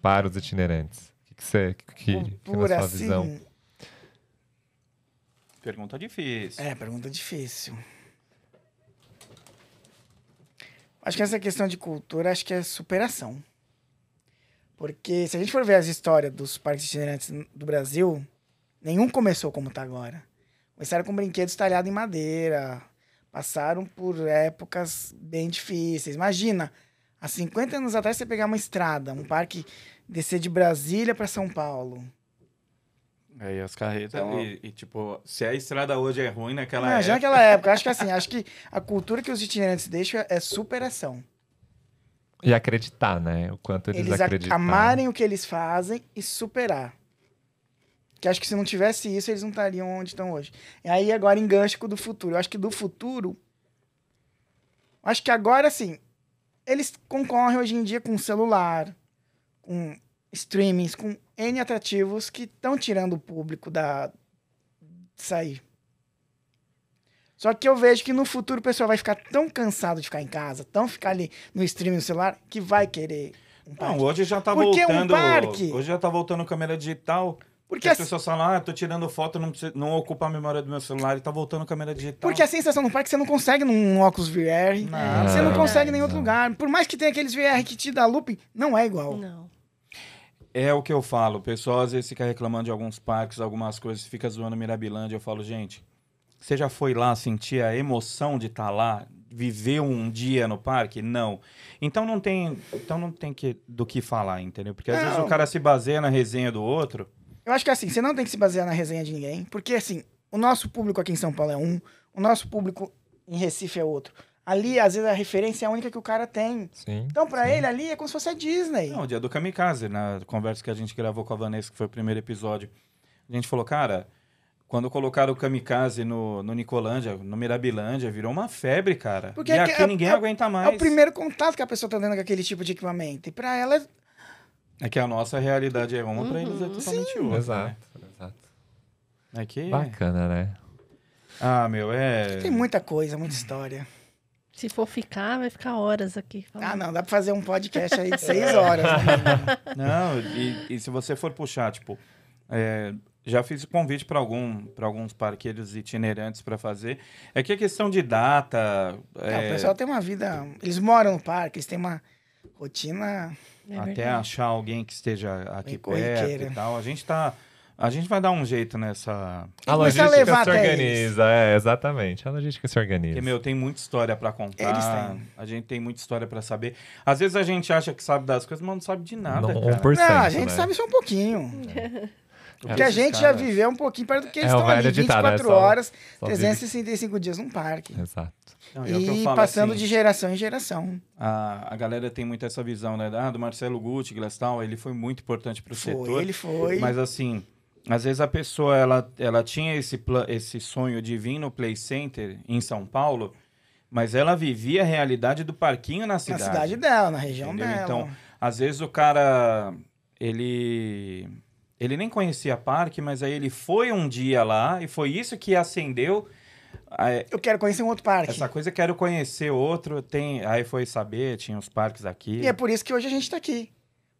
para os itinerantes? O que, que você. Que, que, que na
Cultura,
sua
assim,
visão?
Pergunta difícil.
É, pergunta difícil. Acho que essa questão de cultura, acho que é superação. Porque se a gente for ver as histórias dos parques itinerantes n- do Brasil, nenhum começou como tá agora. Começaram com brinquedos talhados em madeira, passaram por épocas bem difíceis. Imagina, há 50 anos atrás você pegar uma estrada, um parque descer de Brasília para São Paulo.
Aí É, as carretas.
Então,
e, e, tipo, se a estrada hoje é ruim naquela
Não, já
época.
naquela época. Acho que assim, acho que a cultura que os itinerantes deixam é superação.
E acreditar, né? O quanto eles,
Eles, ac-
acreditam.
amarem o que eles fazem e superar. Que acho que se não tivesse isso, eles não estariam onde estão hoje. E aí agora engancha com o do futuro. Eu acho que do futuro. Acho que agora sim. Eles concorrem hoje em dia com celular, com streamings, com N atrativos que estão tirando o público da. de sair. Só que eu vejo que no futuro o pessoal vai ficar tão cansado de ficar em casa, tão ficar ali no streaming no celular, que vai querer. Um
Não,
parque.
hoje já tá
Porque um
voltando.
parque-
Hoje já tá voltando câmera digital.
Porque
Porque as
assim-
pessoas falam, ah, tô tirando foto, não, precisa- não ocupa a memória do meu celular e tá voltando câmera digital.
Porque a sensação no parque você não consegue num óculos VR.
Não.
Você não
Não,
consegue em
não.
nenhum outro lugar. Por mais que tenha aqueles VR que te dá looping, não é igual.
Não.
É o que eu falo. O pessoal às vezes fica reclamando de alguns parques, algumas coisas, fica zoando Mirabilândia. Eu falo, gente, você já foi lá sentir a emoção de estar lá? Viver um dia no parque? Não. Então não tem, então não tem que, do que falar, entendeu? Porque às vezes
Não.
o cara se baseia na resenha do outro.
Eu acho que assim, você não tem que se basear na resenha de ninguém. Porque assim, o nosso público aqui em São Paulo é um, o nosso público em Recife é outro. Ali, às vezes, a referência é a única que o cara tem.
Sim.
Então, pra ele, ali é como se fosse a Disney.
Não, o dia do Kamikaze, na conversa que a gente gravou com a Vanessa, que foi o primeiro episódio. A gente falou, cara, quando colocaram o Kamikaze no, no Nicolândia, no Mirabilândia, virou uma febre, cara.
Porque
e
é que-
aqui
é-
ninguém
é-
aguenta mais.
É o primeiro contato que a pessoa tá tendo com aquele tipo de equipamento. E pra ela,
É que a nossa realidade é uma, pra eles
Uhum.
é totalmente outra. né?
Exato, exato.
É que...
Bacana, né?
Ah, meu, é...
tem muita coisa, muita história.
Se for ficar, vai ficar horas aqui. falando.
Ah, não, dá pra fazer um podcast aí de seis
É.
horas. Né?
Não, e, e se você for puxar, tipo, é, já fiz convite para algum, pra alguns parqueiros itinerantes pra fazer. É que a questão de data,
Não,
é,
o pessoal tem uma vida. Eles moram no parque, eles têm uma rotina.
É
até
verdade.
achar alguém que esteja aqui
Bem
perto
corriqueira.
e tal, a gente tá, a gente vai dar um jeito nessa.
A
começar a
logística
levar
se
até eles.
organiza, é, exatamente. A logística se organiza.
Porque, meu, tem muita história pra contar.
Eles têm.
A gente tem muita história pra saber. Às vezes a gente acha que sabe das coisas, mas não sabe de nada,
Não,
cara.
1%,
não, a gente
né?
sabe só um pouquinho. Porque a
esses
gente já
caras-
viveu um pouquinho perto do que eles
É, o
estão ali,
velho ditado,
24
né? Só-
horas,
Só vive-
365 dias num parque.
Exato.
Não, é o que eu
E
falo,
passando
assim,
de geração em geração.
A, a galera tem muito essa visão, né? Ah, do Marcelo Gucci, tal, ele foi muito importante pro
Foi,
setor.
ele foi.
Mas assim, às vezes a pessoa ela, ela tinha esse, pla- esse sonho de vir no Play Center em São Paulo, mas ela vivia a realidade do parquinho na
na
cidade.
cidade dela, na região
entendeu?
dela.
Então, às vezes o cara ele ele nem conhecia parque, mas aí ele foi um dia lá e foi isso que acendeu a-
eu quero conhecer um outro parque.
essa coisa quero conhecer outro, tem, aí foi saber, tinha os parques aqui.
E é por isso que hoje a gente tá aqui.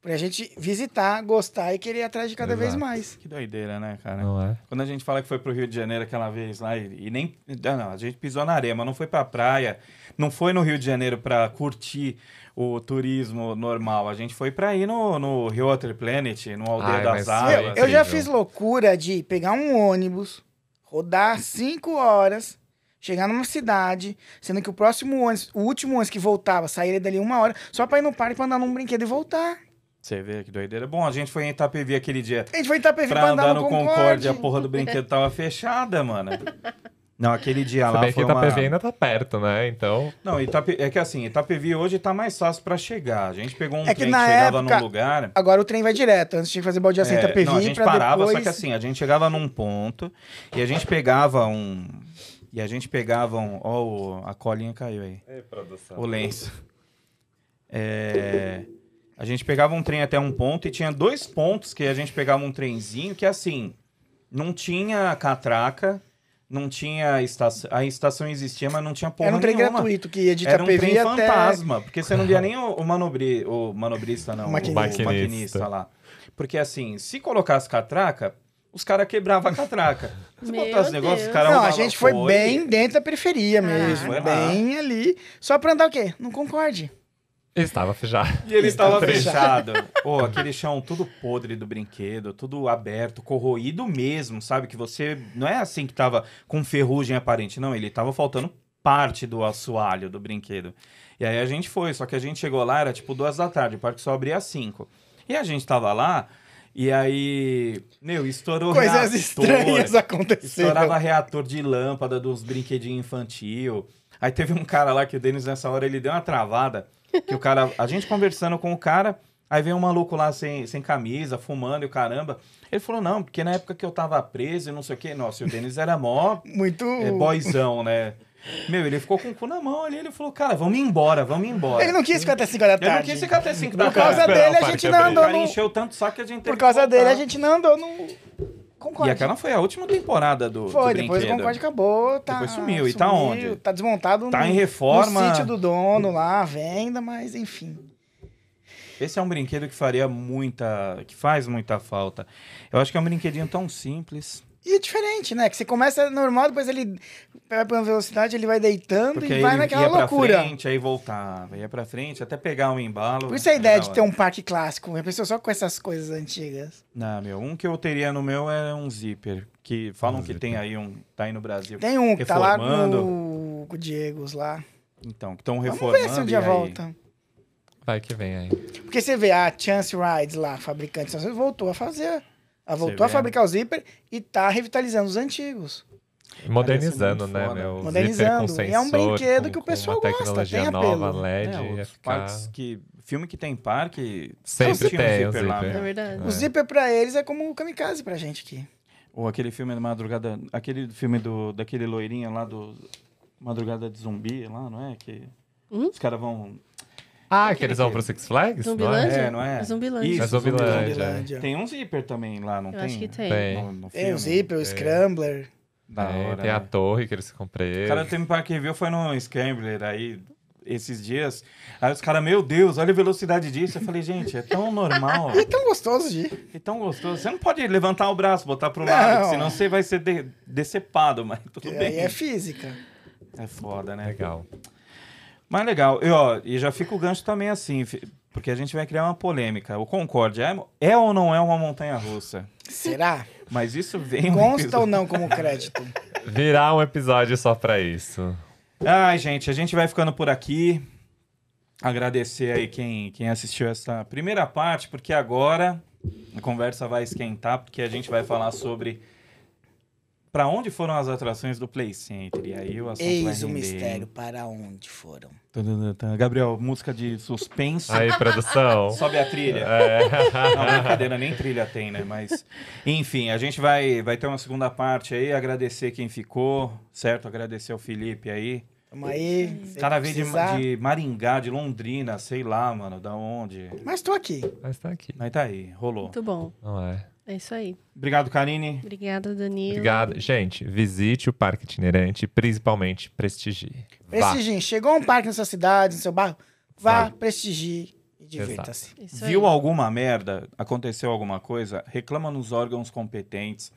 Pra gente visitar, gostar e querer ir atrás de cada
Exato.
vez mais.
Que doideira, né, cara?
Não é?
Quando a gente fala que foi pro Rio de Janeiro aquela vez lá, e, e nem. ah, Não, a gente pisou na areia, mas não foi pra praia. Não foi no Rio de Janeiro pra curtir o turismo normal. A gente foi pra ir no, no Rio Water Planet, no Aldeia
Ai,
das
mas
Águas.
Meu, eu
incrível.
já fiz loucura de pegar um ônibus, rodar cinco horas, chegar numa cidade, sendo que o próximo ônibus, o último ônibus que voltava, saía dali uma hora, só pra ir no parque pra andar num brinquedo e voltar.
Você vê que doideira. Bom, a gente foi em Itapevi aquele dia.
A gente foi em Itapevi pra,
Pra
andar
andar
no,
no
Concorde.
Concorde, a porra do brinquedo tava fechada, mano. Não, aquele dia
Se
lá
bem que
foi
Itapevi
uma...
ainda tá perto, né? Então,
Não, Itape... é que assim, Itapevi hoje tá mais fácil pra chegar. A gente pegou um
É que
trem que
na
chegava
época-
num lugar...
Agora o trem vai direto, antes tinha que fazer baldeação em
É,
Itapevi
não, a gente
pra
parava,
depois...
só que assim, a gente chegava num ponto e a gente pegava um. E a gente pegava um. Ó, o- a colinha caiu aí. O lenço. É, a gente pegava um trem até um ponto e tinha dois pontos que a gente pegava um trenzinho que assim. Não tinha catraca, não tinha estação. A estação existia, mas não tinha porra
Era um trem
nenhuma.
gratuito que ia de
Era um
Itapevi
trem
até...
fantasma, porque você não via nem o, o, manobri, o manobrista, não.
O
O
maquinista.
maquinista.
Maquinista.
lá. Porque assim, se colocasse catraca, os caras quebravam a catraca. Se
Meu
botasse negócio,
Deus.
os caras
Não, a
arrumavam-
gente foi, bem dentro da periferia mesmo.
Ah, foi lá.
bem ali. Só pra andar o quê? Não concorde.
Estava fechado.
E ele estava
Fechado.
fechado. Pô, aquele chão tudo podre do brinquedo, tudo aberto, corroído mesmo, sabe? Que você. Não é assim que tava com ferrugem aparente, não. Ele tava faltando parte do assoalho do brinquedo. E aí a gente foi, só que a gente chegou lá, era tipo duas da tarde, o parque só abria às cinco. E a gente tava lá, e aí. Meu, estourou
Coisas
reator.
estranhas aconteceram.
Estourava reator de lâmpada dos brinquedinhos infantil. Aí teve um cara lá que o Denis, nessa hora, ele deu uma travada. Que o cara. A gente conversando com o cara, aí veio um maluco lá sem, sem camisa, fumando e o caramba. Ele falou, não, porque na época que eu tava preso e não sei o quê. Nossa, e o Denis era mó
Muito.
é, boyzão, né? Meu, ele ficou com o cu na mão ali. Ele falou, cara, vamos embora, vamos embora.
Ele não quis ficar até 5 horas da
Eu não
tarde.
quis ficar até 5 da
Por causa
tarde.
dele, a
Não,
gente
parque
não
O
andou
cara
no.
encheu tanto saco que a gente teve
Por
que
causa
voltar.
dele, a gente não andou no. Concorde.
E aquela foi a última temporada do,
Foi,
do
depois o
brinquedo.
Concorde acabou, tá.
Depois sumiu, e tá onde?
Tá desmontado
Tá
no,
em reforma.
no sítio do dono lá, à venda, mas enfim.
Esse é um brinquedo que faria muita. que faz muita falta. Eu acho que é um brinquedinho tão simples.
E é diferente, né? Que você começa normal, depois ele vai pra uma velocidade, ele vai deitando
Porque
e vai
ele
naquela
ia pra
loucura.
frente, aí voltava, ia pra frente, até pegar um embalo.
Por isso a ideia de ter
um.
um parque clássico. Eu pensou só com essas coisas antigas.
Não, meu, um que eu teria no meu é um zíper. Que falam
Um
que
zíper.
tem aí um. Tá aí no Brasil.
Tem um que tá lá
Reformando.
com o Diegos lá.
Então, que estão
Vamos
reformando.
ver se um dia
e aí-
volta.
Vai que vem aí.
Porque você vê a Chance Rides lá, fabricante, só voltou a fazer. Ela voltou
Você
a
vê.
fabricar o zíper e tá revitalizando os antigos.
Modernizando,
muito
né,
foda.
meu?
Modernizando.
Zíper com
E é um
sensor,
brinquedo
com-
que o
com
pessoal
uma
gosta,
tecnologia
tem
nova,
apelo.
É,
LED, ia
os
ficar-
parques que. Filme que tem parque.
Sempre
tinha um
tem um
zíper lá,
É
meu.
zíper.
verdade.
O zíper pra eles é como o kamikaze pra gente aqui.
Ou aquele filme da madrugada. Aquele filme do, daquele loirinho lá do. Madrugada de zumbi lá, não é? Que.
Hum?
Os caras vão.
Ah, que eles vão pro Six Flags? não é?
Zumbilândia?
É, não é?
Zumbilândia.
Isso,
É Zumbilândia.
Zumbilândia.
Zumbilândia.
Tem um zíper também lá, não
Eu
tem?
acho que tem.
Tem.
No, no
Tem
filme? é.
o zíper, o scrambler.
Da
Tem,
hora.
tem a
né?
torre que eles
O
comprei.
cara do Theme Park Review foi no Scambler aí esses dias. Aí os caras, meu Deus, olha a velocidade disso. Eu falei, gente, é tão normal,
E é tão gostoso de ir.
é tão gostoso. Você não pode levantar o braço, botar pro lado,
Não.
senão você vai ser de- decepado, mas tudo
Porque
bem.
Aí é física.
É foda, né?
Legal.
Mas legal. E, ó, e já fica o gancho também assim, fi- porque a gente vai criar uma polêmica. O Concorde é, é ou não é uma montanha-russa?
Será?
Mas isso vem... um
Consta
episódio-
ou não como crédito?
Virar um episódio só pra isso.
Ai, gente, a gente vai ficando por aqui. Agradecer aí quem, quem assistiu essa primeira parte, porque agora a conversa vai esquentar, porque a gente vai falar sobre para onde foram as atrações do Play Center. E aí o assunto vai
Eis o
render,
mistério,
hein?
para onde foram?
Tadadadã. Gabriel, música de suspense.
Aí, produção. É.
Sobe a trilha. Não, brincadeira, nem trilha tem, né? Mas, enfim, a gente vai, vai ter uma segunda parte aí, agradecer quem ficou, certo? Agradecer o Felipe aí.
Tamo aí. se
Cara veio de,
precisar.
de Maringá, de Londrina, sei lá, mano, da onde.
Mas tô aqui.
Mas tá aqui.
Mas tá aí, rolou.
Muito bom.
Não é.
É isso aí.
Obrigado, Karine.
Obrigada, Danilo.
Obrigado. Gente, visite o Parque Itinerante, principalmente prestigie. Vá.
Prestigiem. Chegou um parque na sua cidade, no seu bairro? Vá,
Vai.
prestigie e divirta-se.
Isso
Viu
aí.
alguma merda? Aconteceu alguma coisa? Reclama nos órgãos competentes.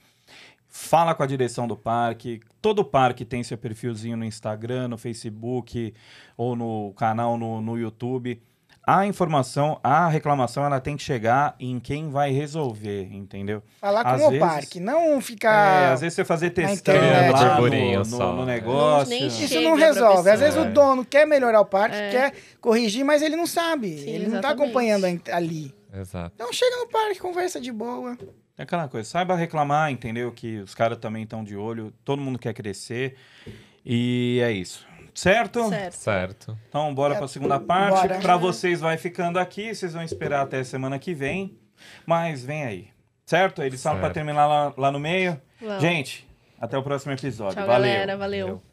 Fala com a direção do parque. Todo parque tem seu perfilzinho no Instagram, no Facebook ou no canal no, no YouTube. A informação, a reclamação, ela tem que chegar em quem vai resolver, entendeu?
Falar com
Às
o
vezes-
parque, não
É,
ficar.
às vezes você fazer textão
internet, né?
lá
Burburinho
no,
só. né?
no, no negócio.
Nem
Isso
Chega
não
pra
resolve. Às
pessoa.
vezes
É.
o dono quer melhorar o parque,
É.
quer corrigir, mas ele não sabe.
Sim,
ele não tá
exatamente.
acompanhando a- ali.
Exato.
Então chega no parque, conversa de boa.
É aquela coisa, saiba reclamar, entendeu? Que os caras também estão de olho, todo mundo quer crescer. E é isso. Certo?
Certo.
Certo.
Então bora
É,
pra segunda parte.
bora.
Pra vocês vai ficando aqui, vocês vão esperar até semana que vem. Mas vem aí. Certo? Eles falam pra
Certo.
terminar lá, lá no meio.
Vamos.
Gente, até o próximo episódio.
Tchau,
Valeu.
galera. Valeu.